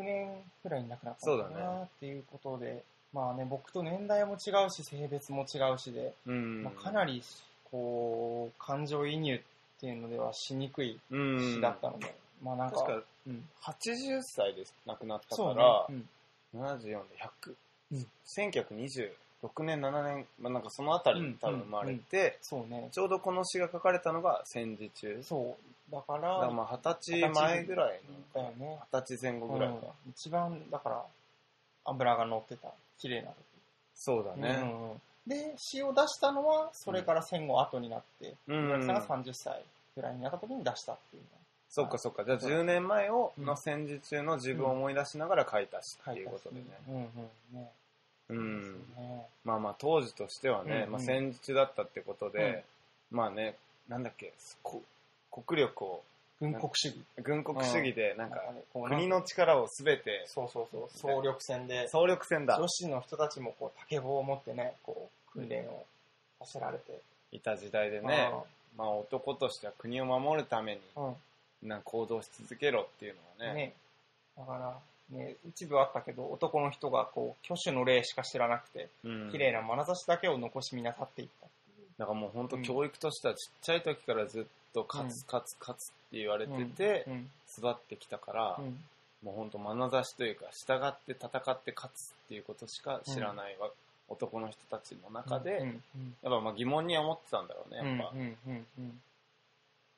Speaker 1: 年くらいに亡くなったのか
Speaker 2: そうだ
Speaker 1: なっていうことで、まあね、僕と年代も違うし、性別も違うしで、
Speaker 2: うん
Speaker 1: まあ、かなり、こう、感情移入っていうのではしにくい
Speaker 2: うん
Speaker 1: 詩だったので、まあなんか、
Speaker 2: 確か
Speaker 1: うん、
Speaker 2: 80歳で亡くなった
Speaker 1: そ
Speaker 2: か
Speaker 1: う
Speaker 2: ら、
Speaker 1: ね、
Speaker 2: 74で100、
Speaker 1: うん
Speaker 2: 1926年7年、まあ、なんかそのあたりに多分生まれて、
Speaker 1: そうね、
Speaker 2: ちょうどこの詩が書かれたのが戦時中
Speaker 1: そう、だか
Speaker 2: だから
Speaker 1: ら、
Speaker 2: まあ二十歳前ぐらい
Speaker 1: だ
Speaker 2: の
Speaker 1: よね、
Speaker 2: 二十歳前後ぐらいか、
Speaker 1: うん一番、だから、油が乗ってた、綺麗な時。
Speaker 2: そうだね、
Speaker 1: うんで、詩を出したのは、それから戦後後になって、
Speaker 2: うん
Speaker 1: 村木さんが30歳ぐらいになった時に出したっていうの
Speaker 2: そっかそっかじゃあ10年前をの戦時中の自分を思い出しながら書いた詩
Speaker 1: が
Speaker 2: っていうことでね、
Speaker 1: うんうんね。
Speaker 2: う、
Speaker 1: うんね。
Speaker 2: まあまあ当時としてはね、
Speaker 1: うん
Speaker 2: まあ、戦時中だったってことで、まあねなんだっけこ国力を
Speaker 1: 軍国主義。
Speaker 2: 軍国主義でなんか
Speaker 1: ねこう
Speaker 2: 国の力を全て
Speaker 1: そうそうそう、総力戦で、
Speaker 2: 総力戦だ
Speaker 1: 女子の人たちもこう竹棒を持ってね、こう、訓練をさせられて。
Speaker 2: いた時代でねまあ男としては国を守るために
Speaker 1: うん。
Speaker 2: なんか行動し続けろっていうのはね
Speaker 1: ね。だから、ね、一部あったけど、男の人がこう、挙手の礼しか知らなくて、
Speaker 2: うん
Speaker 1: 綺麗な眼差しだけを残しみんな立っていった。
Speaker 2: だからもう本当教育としてはちっちゃい時からずっと勝つ勝つ勝つって言われてて
Speaker 1: うん。
Speaker 2: 育ってきたから
Speaker 1: うん。
Speaker 2: もう本当眼差しというか従って戦って勝つっていうことしか知らないわ男の人たちの中で、
Speaker 1: うんうん
Speaker 2: やっぱまあ疑問に思ってたんだろうねやっぱ、
Speaker 1: うんうんうんうん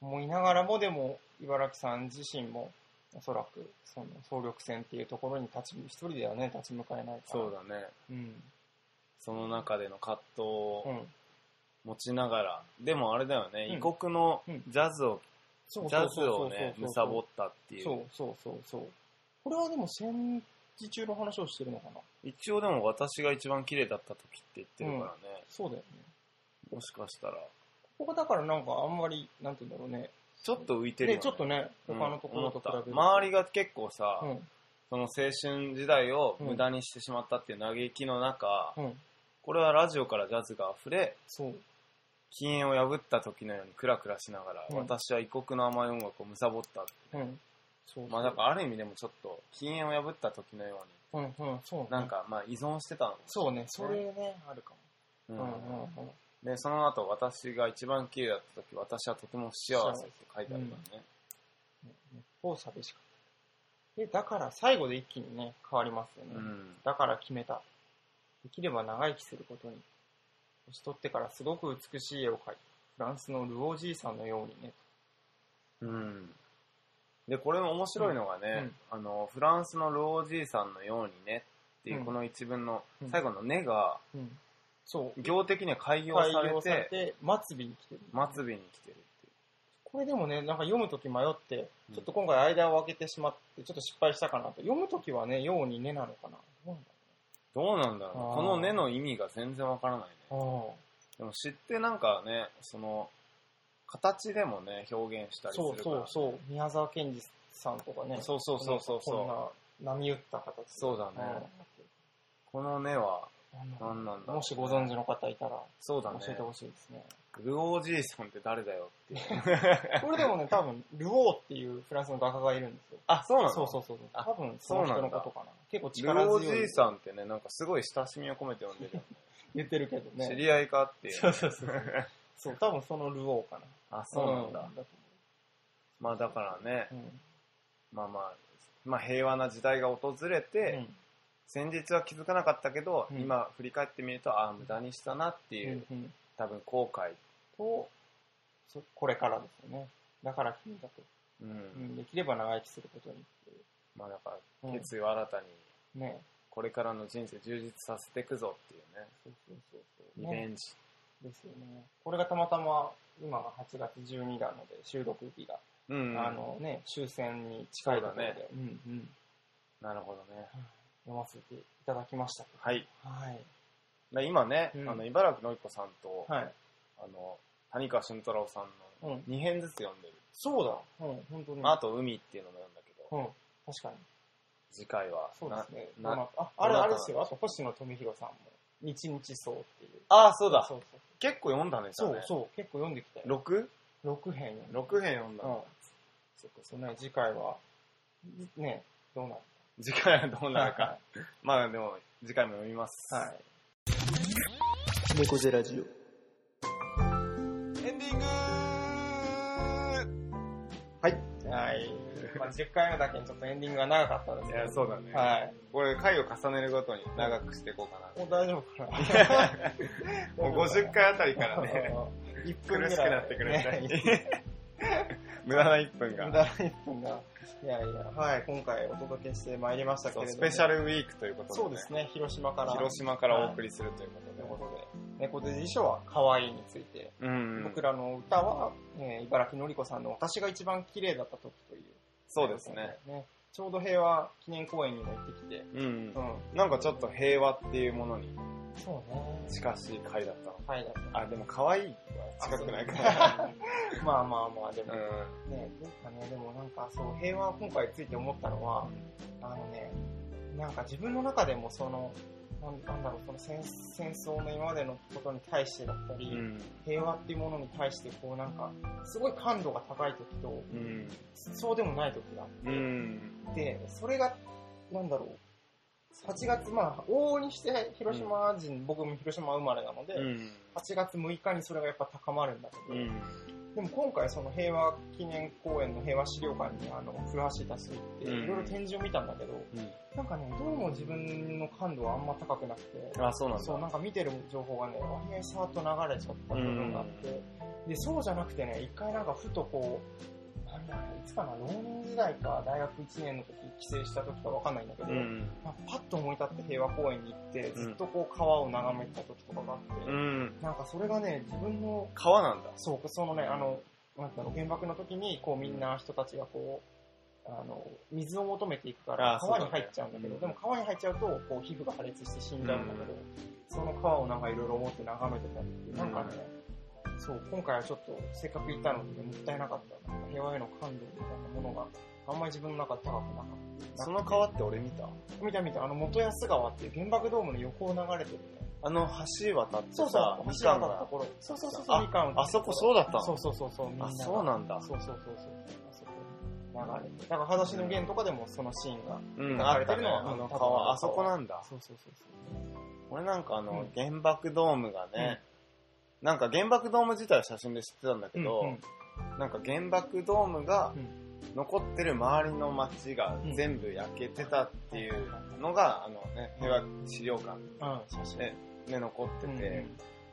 Speaker 1: 思いながらもでも茨城さん自身もおそらくその総力戦っていうところに立ち一人ではね立ち向かえないから
Speaker 2: そうだね
Speaker 1: うん
Speaker 2: その中での葛藤を
Speaker 1: うん
Speaker 2: 持ちながら、でもあれだよね、
Speaker 1: うん
Speaker 2: 異国の
Speaker 1: うん
Speaker 2: ジャズを、
Speaker 1: そう
Speaker 2: ジ
Speaker 1: そ
Speaker 2: ャ
Speaker 1: う
Speaker 2: ズ
Speaker 1: そうそう
Speaker 2: をね、むさぼったってい。
Speaker 1: そううそうそうそうこれはでも戦時中の話をしてるのかな
Speaker 2: 一応でも私が一番綺麗だった時って言ってるからね、
Speaker 1: そうだよね
Speaker 2: もしかしたら、
Speaker 1: ここだからなんかあんまりなんて言うんだろうね
Speaker 2: ちょっと浮いてるよ
Speaker 1: で
Speaker 2: ね。
Speaker 1: ちょっとね
Speaker 2: うん、
Speaker 1: 他のところと比べ
Speaker 2: 思
Speaker 1: る
Speaker 2: った
Speaker 1: と
Speaker 2: 周りが結構さ、
Speaker 1: うん
Speaker 2: その青春時代を無駄にしてしまったっていう嘆きの中、
Speaker 1: うん
Speaker 2: これはラジオからジャズが溢れ、
Speaker 1: そう
Speaker 2: 禁煙を破った時のようにクラクラしながら、
Speaker 1: うん
Speaker 2: 私は異国の甘い音楽をむさぼった。
Speaker 1: うんそう
Speaker 2: まあだからある意味でもちょっと、禁煙を破った時のように、
Speaker 1: らうんうんそうね
Speaker 2: なんかまあ依存してたの。
Speaker 1: そうねそれねあるか
Speaker 2: う
Speaker 1: もうんうんうん
Speaker 2: で、その後私が一番綺麗だった時、私はとても幸せって書いてあるからね。
Speaker 1: を寂しかった。で、だから最後で一気にね、変わりますよね。
Speaker 2: うん。
Speaker 1: だから決めた。できれば長生きすることに。年取ってからすごく美しい絵を描いフランスのルオージーさんのようにね。
Speaker 2: うん。で、これも面白いのが
Speaker 1: うんう
Speaker 2: ね
Speaker 1: ん、
Speaker 2: あの、フランスのロおじいさんのようにねっていううんこの一文の
Speaker 1: うん
Speaker 2: 最後のねが、
Speaker 1: うん。そう。
Speaker 2: 行的には開業されて、
Speaker 1: て、末尾に来てる。
Speaker 2: 末尾に来てるっていう。
Speaker 1: これでもね、なんか読むとき迷って
Speaker 2: う、ん
Speaker 1: ちょっと今回間を空けてしまって、ちょっと失敗したかなと。読むときはね、ようにねなのかな。どうなんだ
Speaker 2: どうなんだろうね
Speaker 1: あー
Speaker 2: このねの意味が全然わからないね。
Speaker 1: ろ
Speaker 2: でも知ってなんかね、その、形でもね、表現した
Speaker 1: う
Speaker 2: り
Speaker 1: ん
Speaker 2: する
Speaker 1: そう
Speaker 2: から
Speaker 1: そう。そう。宮沢賢治さんとかね。
Speaker 2: そうそうそうそう
Speaker 1: こん
Speaker 2: そう。
Speaker 1: な波打った形。
Speaker 2: そうだね。この根は何なんだ
Speaker 1: もしご存知の方いたら
Speaker 2: そうだ
Speaker 1: 教
Speaker 2: ね。
Speaker 1: えてほしいですね。
Speaker 2: ルオージーさんって誰だよっていう。
Speaker 1: これでもね、多分、ルオーっていうフランスの画家がいるんですよ。
Speaker 2: あ、そうなの
Speaker 1: そうそうそう。
Speaker 2: あ
Speaker 1: 多分、その人のことかな。結構力
Speaker 2: ルオ
Speaker 1: 強
Speaker 2: ー
Speaker 1: い。
Speaker 2: ジーさんってね、なんかすごい親しみを込めて呼んでるよ
Speaker 1: 言ってるけど
Speaker 2: ね。知
Speaker 1: <laughs> ね。
Speaker 2: り合いかっていう。
Speaker 1: そうそうそう。そう、多分そのルオーかな。
Speaker 2: <laughs> あ、そうなんだ。
Speaker 1: だと
Speaker 2: まあだからね、
Speaker 1: 思う。
Speaker 2: まあまあ、まあ平和な時代が訪れて、
Speaker 1: うん
Speaker 2: 先日は気づかなかったけど、
Speaker 1: うん
Speaker 2: 今振り返ってみると、ああ、無駄にしたなっていう、
Speaker 1: うんうん
Speaker 2: 多分後悔。
Speaker 1: と、そこれからですよね。だから君だと。
Speaker 2: うん。
Speaker 1: うんできれば長生きすることにってい
Speaker 2: まあだか
Speaker 1: う
Speaker 2: ら、
Speaker 1: うん。
Speaker 2: 決意を新たに、
Speaker 1: ね。
Speaker 2: これからの人生充実させていくぞっていうね。
Speaker 1: そうそうそうそう。
Speaker 2: リベンジ。
Speaker 1: ですよね。これがたまたま今が8月12なので収録日が、
Speaker 2: うん。
Speaker 1: あのね、終戦に近いところ
Speaker 2: そう
Speaker 1: で、うんうん、
Speaker 2: なるほどね。
Speaker 1: 読ませていただきました。
Speaker 2: はい。
Speaker 1: はい。
Speaker 2: ね今ね、
Speaker 1: うん
Speaker 2: あの茨城のいこさんと、
Speaker 1: はい。
Speaker 2: あの谷川俊太郎さんの
Speaker 1: うん。
Speaker 2: 2編ずつ読んでる、
Speaker 1: そうだ。うん、本当に。
Speaker 2: まあ、あと「海」っていうのも読んだけど、
Speaker 1: うん。確かに。
Speaker 2: 次回は
Speaker 1: そうですね。
Speaker 2: なな
Speaker 1: まあ、ああれ、
Speaker 2: な
Speaker 1: あれですよ。あと、星野富弘さんも、日日そうっていう。
Speaker 2: ああそうだ
Speaker 1: そうそう
Speaker 2: 結構読んだね
Speaker 1: そう、
Speaker 2: ね
Speaker 1: そう結構読んできたよ。
Speaker 2: 6?
Speaker 1: 6編やね。
Speaker 2: 6編読ん
Speaker 1: うん
Speaker 2: だ、の。。
Speaker 1: そっか、そんな次回は、ね、どうなる
Speaker 2: 次回はどうなるか、
Speaker 1: は
Speaker 2: まあでも次回も読みます、
Speaker 1: はい。
Speaker 3: 猫背ラジオ
Speaker 2: エンディング
Speaker 1: はい。まあ、10回目だけにちょっとエンディングが長かったです
Speaker 2: い
Speaker 1: けど。
Speaker 2: やそうだね、
Speaker 1: はい。
Speaker 2: これ回を重ねるごとに長くしていこうかな
Speaker 1: もう大丈夫か
Speaker 2: <laughs>
Speaker 1: な
Speaker 2: もう50回あたりから
Speaker 1: <laughs>
Speaker 2: ね、
Speaker 1: 1
Speaker 2: 苦
Speaker 1: 分ぐらい
Speaker 2: しくなってくるみたいに
Speaker 1: ね
Speaker 2: <laughs> 無駄な1分
Speaker 1: 無駄
Speaker 2: が
Speaker 1: な1分が。いやいや、はい、今回お届けしてまいりましたけ
Speaker 2: そ
Speaker 1: れ
Speaker 2: う
Speaker 1: ども。
Speaker 2: スペシャルウィークということで、ね、
Speaker 1: そうですね、広島から。
Speaker 2: 広島からお送りするということと
Speaker 1: い
Speaker 2: で
Speaker 1: う、ことで、猫背辞書は可愛いについて、
Speaker 2: うんうん
Speaker 1: 僕らの歌は、えー茨城のり子さんの私が一番綺麗だった時という。
Speaker 2: そうですね、
Speaker 1: ね。ちょうど平和記念公園にも行ってきて、
Speaker 2: うんうん
Speaker 1: うん。
Speaker 2: なんかちょっと平和っていうものに
Speaker 1: そうね。
Speaker 2: 近しい回だったの
Speaker 1: はい、だから
Speaker 2: あでも可愛いは近くないかな
Speaker 1: <laughs> まあまあまあ、でも、
Speaker 2: う
Speaker 1: ね、どうかね、でもなんかそう、平和今回ついて思ったのは、あのね、なんか自分の中でもその、なんなんだろう、その戦戦争の今までのことに対してだったり、
Speaker 2: んうん
Speaker 1: 平和っていうものに対してこうなんか、すごい感度が高い時と、
Speaker 2: うん
Speaker 1: そうでもない時があ
Speaker 2: うん
Speaker 1: って、それが、なんだろう、8月、まあ、往々にして広島人、僕も広島生まれなので、
Speaker 2: うん
Speaker 1: 8月6日にそれがやっぱ高まるんだけど、
Speaker 2: うん
Speaker 1: でも今回その平和記念公園の平和資料館にあの、古橋達行って、
Speaker 2: うん
Speaker 1: いろいろ展示を見たんだけど、なんかね、どうも自分の感度はあんま高くなくて、
Speaker 2: あそうなんだ
Speaker 1: そう、なんか見てる情報がね、割合さーっと流れちゃった部分があって、で、そうじゃなくてね、一回なんかふとこう、なんだろうね、いつかな、浪人時代か大学1年の時、帰省した時かわかんないんだけど、
Speaker 2: うん
Speaker 1: なんかパッと思い立って平和公園に行って、ずっとこう川を眺めてた時とかがあって、
Speaker 2: うん
Speaker 1: なんかそれがね、自分の
Speaker 2: 川なんだ
Speaker 1: そう、そのね、あの、なんだろう、原爆の時に、こうみんな人たちがこう、あの、水を求めていくか
Speaker 2: あ
Speaker 1: ら
Speaker 2: ー
Speaker 1: 川に
Speaker 2: そうだ
Speaker 1: 入
Speaker 2: ね
Speaker 1: っちゃうんだけど、
Speaker 2: うん
Speaker 1: でも川に入っちゃうと、こう皮膚が破裂して死んじゃうんだけど、その川をなんかいろいろ思って眺めてたりっていう、なんかね、そう、今回はちょっとせっかく行ったのにもったいなかった。なんか平和への感動みたいなものが、あんまり自分の中で高くなかった。
Speaker 2: その川って俺見た
Speaker 1: 見た見た、あの元安川っていう原爆ドームの横を流れてるね。
Speaker 2: あの橋渡って
Speaker 1: そう
Speaker 2: さ
Speaker 1: そう、
Speaker 2: み
Speaker 1: 橋
Speaker 2: かん
Speaker 1: 渡ったと
Speaker 2: が
Speaker 1: ころ。そうそうそうそう、みかん
Speaker 2: あそこそうだったの
Speaker 1: そうそうそうそう、みんなが
Speaker 2: あそうなんだ
Speaker 1: そうそうそうそう。あそこ流れて。だから、裸足の弦とかでもそのシーンが。
Speaker 2: うんあったね
Speaker 1: うん
Speaker 2: あの川あそこなんだ
Speaker 1: そうそうそう
Speaker 2: 俺なんかあの、
Speaker 1: うん
Speaker 2: 原爆ドームがね、なんか原爆ドーム自体は写真で知ってたんだけど、
Speaker 1: うん
Speaker 2: なんか原爆ドームが
Speaker 1: うん
Speaker 2: 残ってる周りの街が
Speaker 1: うん
Speaker 2: 全部焼けてたっていうのが、あのね、平和資料館
Speaker 1: そう。うん、写真。
Speaker 2: ねで残ってて、
Speaker 1: うん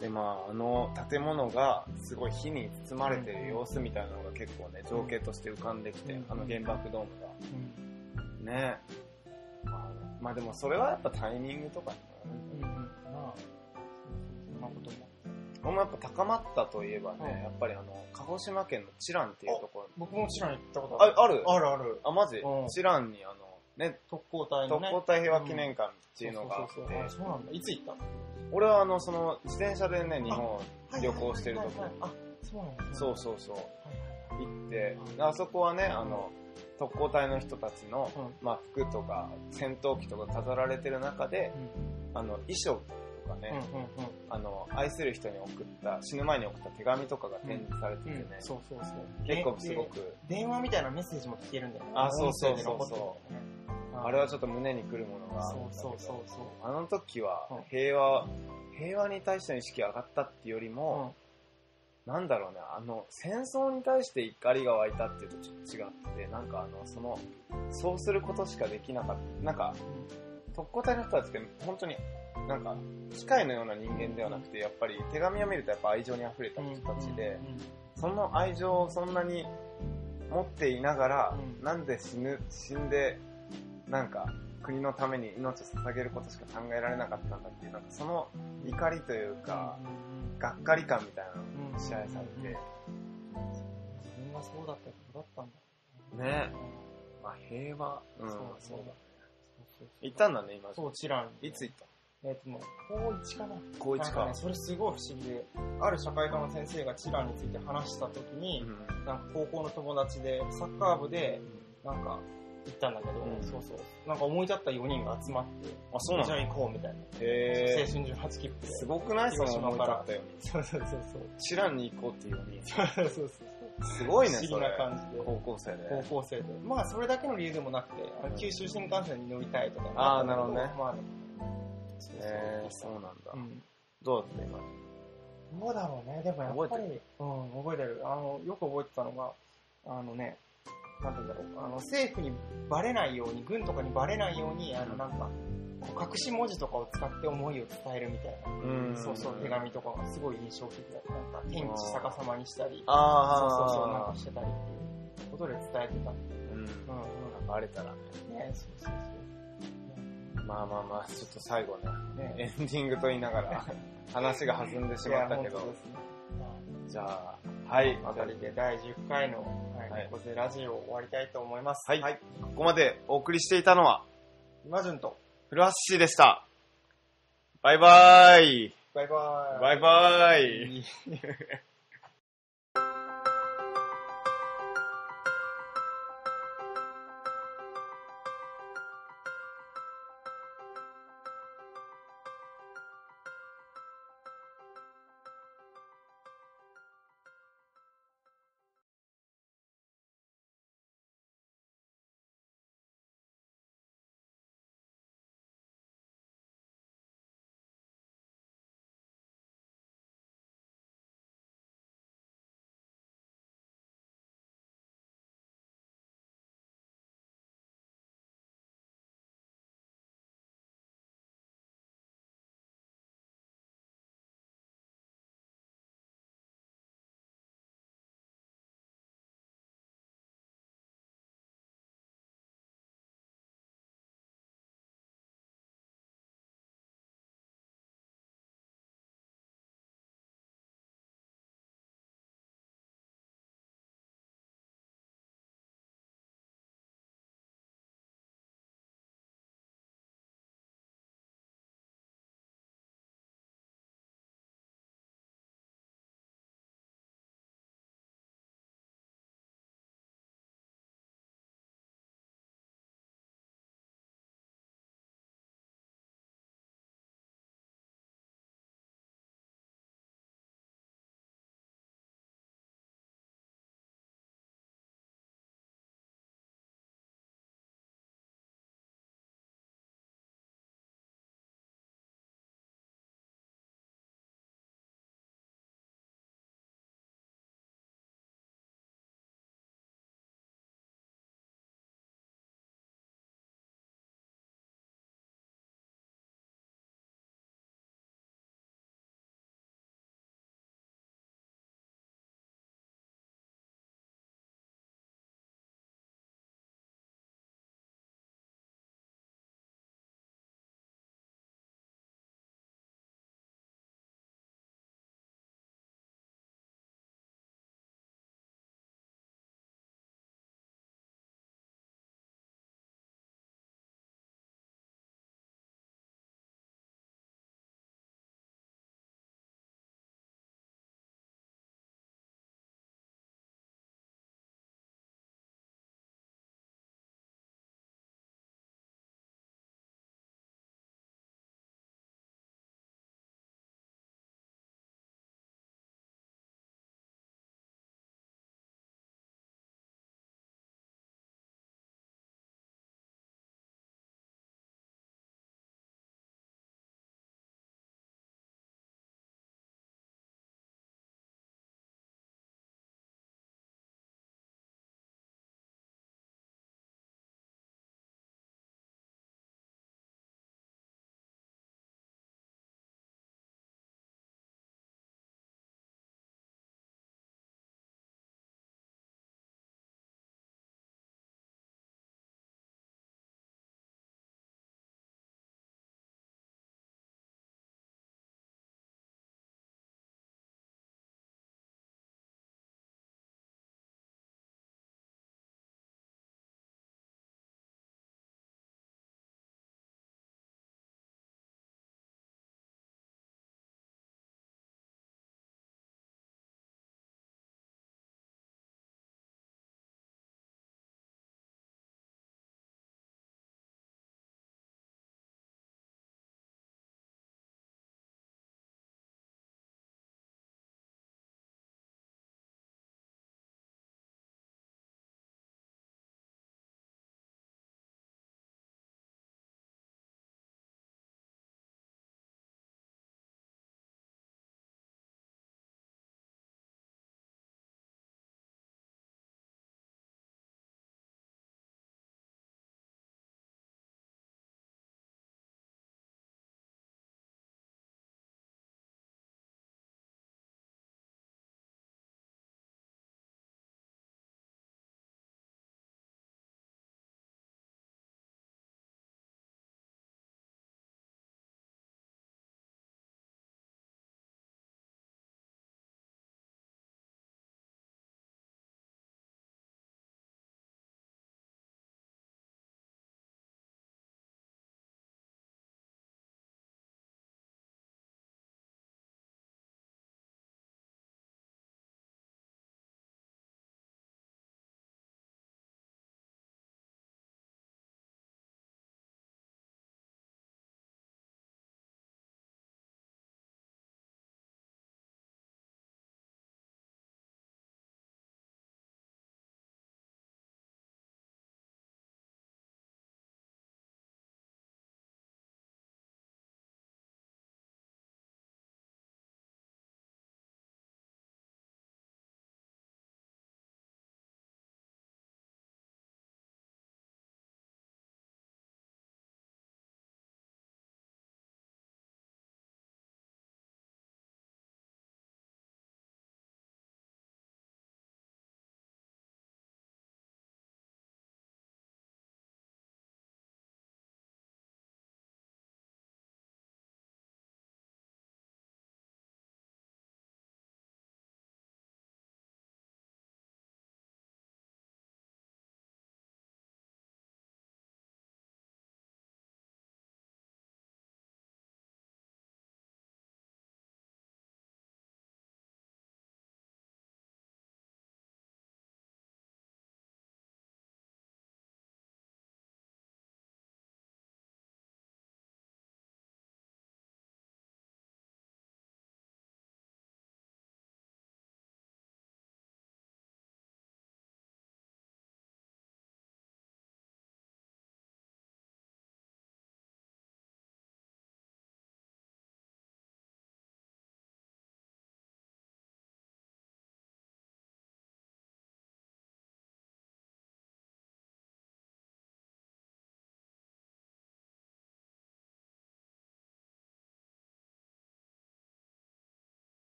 Speaker 2: でまああの建物がすごい火に包まれてる様子みたいなのが結構ね、情景として浮かんできて、
Speaker 1: うん
Speaker 2: あの原爆ドームが。
Speaker 1: うん
Speaker 2: ねまあ、まあでもそれはやっぱタイミングとかにもよる
Speaker 1: うん。うん。まあ、そんなことも。
Speaker 2: 僕もやっぱ高まったといえばね、
Speaker 1: うん
Speaker 2: やっぱりあの、鹿児島県のチランっていうところに。
Speaker 1: 僕も知らん行ったことあ
Speaker 2: あ
Speaker 1: る。、
Speaker 2: ある
Speaker 1: あるある。
Speaker 2: あ、マジ
Speaker 1: うん
Speaker 2: チランにあの、ね、
Speaker 1: 特攻隊の
Speaker 2: 特
Speaker 1: ね。
Speaker 2: 攻隊平和記念館っていうのがあっ
Speaker 1: そうそうそうあ
Speaker 2: て、
Speaker 1: そうなんだ。いつ行ったの
Speaker 2: 俺はあの、その、自転車でね、日本を
Speaker 1: はい
Speaker 2: 旅行してるとこ
Speaker 1: はいはいはいあ、そうなんだ。
Speaker 2: そう
Speaker 1: そ
Speaker 2: そうそう、
Speaker 1: う。はいはい
Speaker 2: 行って、であそこはね、あの、特攻隊の人たちの、
Speaker 1: うん
Speaker 2: まあ服とか戦闘機とか飾られてる中で、あの、衣装とかね、
Speaker 1: うんうんうん
Speaker 2: あの、愛する人に送った、死ぬ前に送った手紙とかが展示されてて
Speaker 1: うん。
Speaker 2: ね
Speaker 1: うん、そうそうそう。
Speaker 2: 結構すごく、
Speaker 1: 電話みたいなメッセージも聞けるんだよね。
Speaker 2: あそうそうそうそう
Speaker 1: 音声で残ってるんだよね
Speaker 2: あれはちょっと胸にくるものがあるんだけど
Speaker 1: そうそうそうそう。
Speaker 2: あの時は
Speaker 1: うん
Speaker 2: 平和、平和に対しての意識が上がったっていうより
Speaker 1: う
Speaker 2: も、
Speaker 1: ん
Speaker 2: なんだろうね、あの、戦争に対して怒りが湧いたっていうとちょっと違ってて、なんかあの、その、そうすることしかできなかった。なんか、特攻隊の人たちって本当に、なんか、機械のような人間ではなくて、やっぱり手紙を見るとやっぱ愛情に溢れた人たちで、その愛情をそんなに持っていながら、
Speaker 1: うん
Speaker 2: なんで死ぬ、死んで、なんか、国のために命を捧げることしか考えられなかったんだっていう、なんかその怒りというか、がっかり感みたいなの
Speaker 1: うん
Speaker 2: が支配されて、
Speaker 1: 自分がそうだったことだったんだ。
Speaker 2: ね
Speaker 1: うん
Speaker 2: まあ平和。うん
Speaker 1: そうだそうだ。
Speaker 2: 行ったんだね、今。
Speaker 1: そう、チラン。
Speaker 2: いつ行った
Speaker 1: えっ、とね、高一かな。
Speaker 2: 高
Speaker 1: な
Speaker 2: 一
Speaker 1: んかね
Speaker 2: か。
Speaker 1: それすごい不思議で、ある社会科の先生がチラについて話した時に、なんか高校の友達で、サッカー部で、なんか、行ったんだけど、
Speaker 2: うん
Speaker 1: そうそう。なんか思い立った4人が集まって、
Speaker 2: あ、そうな
Speaker 1: じゃ
Speaker 2: の
Speaker 1: あ行こうみたいな。
Speaker 2: へ
Speaker 1: 青春18切符
Speaker 2: ー。
Speaker 1: で。
Speaker 2: すごくないその思い立ったように。
Speaker 1: そうそうそうそう。
Speaker 2: 知らんに行こうっていうのに。
Speaker 1: そうそうそう。
Speaker 2: <laughs> すごいね、
Speaker 1: 不思
Speaker 2: そ
Speaker 1: 議
Speaker 2: れ
Speaker 1: な。感じで。
Speaker 2: 高校生で。
Speaker 1: 高校生で。まあ、それだけの理由でもなくて、あの九州新幹線に乗りたいとか。
Speaker 2: あーなるほどね
Speaker 1: まあ、
Speaker 2: へー、そうなんだ
Speaker 1: う。ん。
Speaker 2: どうだった今。
Speaker 1: どうだろうね。でもやっぱり、うん、覚えてる。あの、よく覚えてたのが、あのね、なんて言うんだろう。あの、政府にバレないように、軍とかにバレないように、あの、なんか、こう隠し文字とかを使って思いを伝えるみたいな、そうそう、手。紙とかがすごい印象的だった。なんか、天地逆さまにしたり、そうそうそう、なん
Speaker 2: あ
Speaker 1: かしてたりっていうことで伝えてた。
Speaker 2: ー。うん
Speaker 1: うん、うん。
Speaker 2: バレたらね。
Speaker 1: ねそうそう
Speaker 2: まあまあまあ、ちょっと最
Speaker 1: <laughs>
Speaker 2: 後ね、
Speaker 1: そう。ね
Speaker 2: エンディングと言いながら、話が弾んでしまったけ
Speaker 1: いや本当
Speaker 2: ど
Speaker 1: で、すね
Speaker 2: じゃあ、はい、
Speaker 1: あたりで第10回の、はい
Speaker 2: はい
Speaker 1: 猫背ラジオを終わりたいと思います。
Speaker 2: はいここまでお送りしていたのは、
Speaker 1: 今順と、
Speaker 2: 古橋氏でした。バイバーイ。
Speaker 1: バイバーイ。
Speaker 2: バイバーイ。
Speaker 1: イ。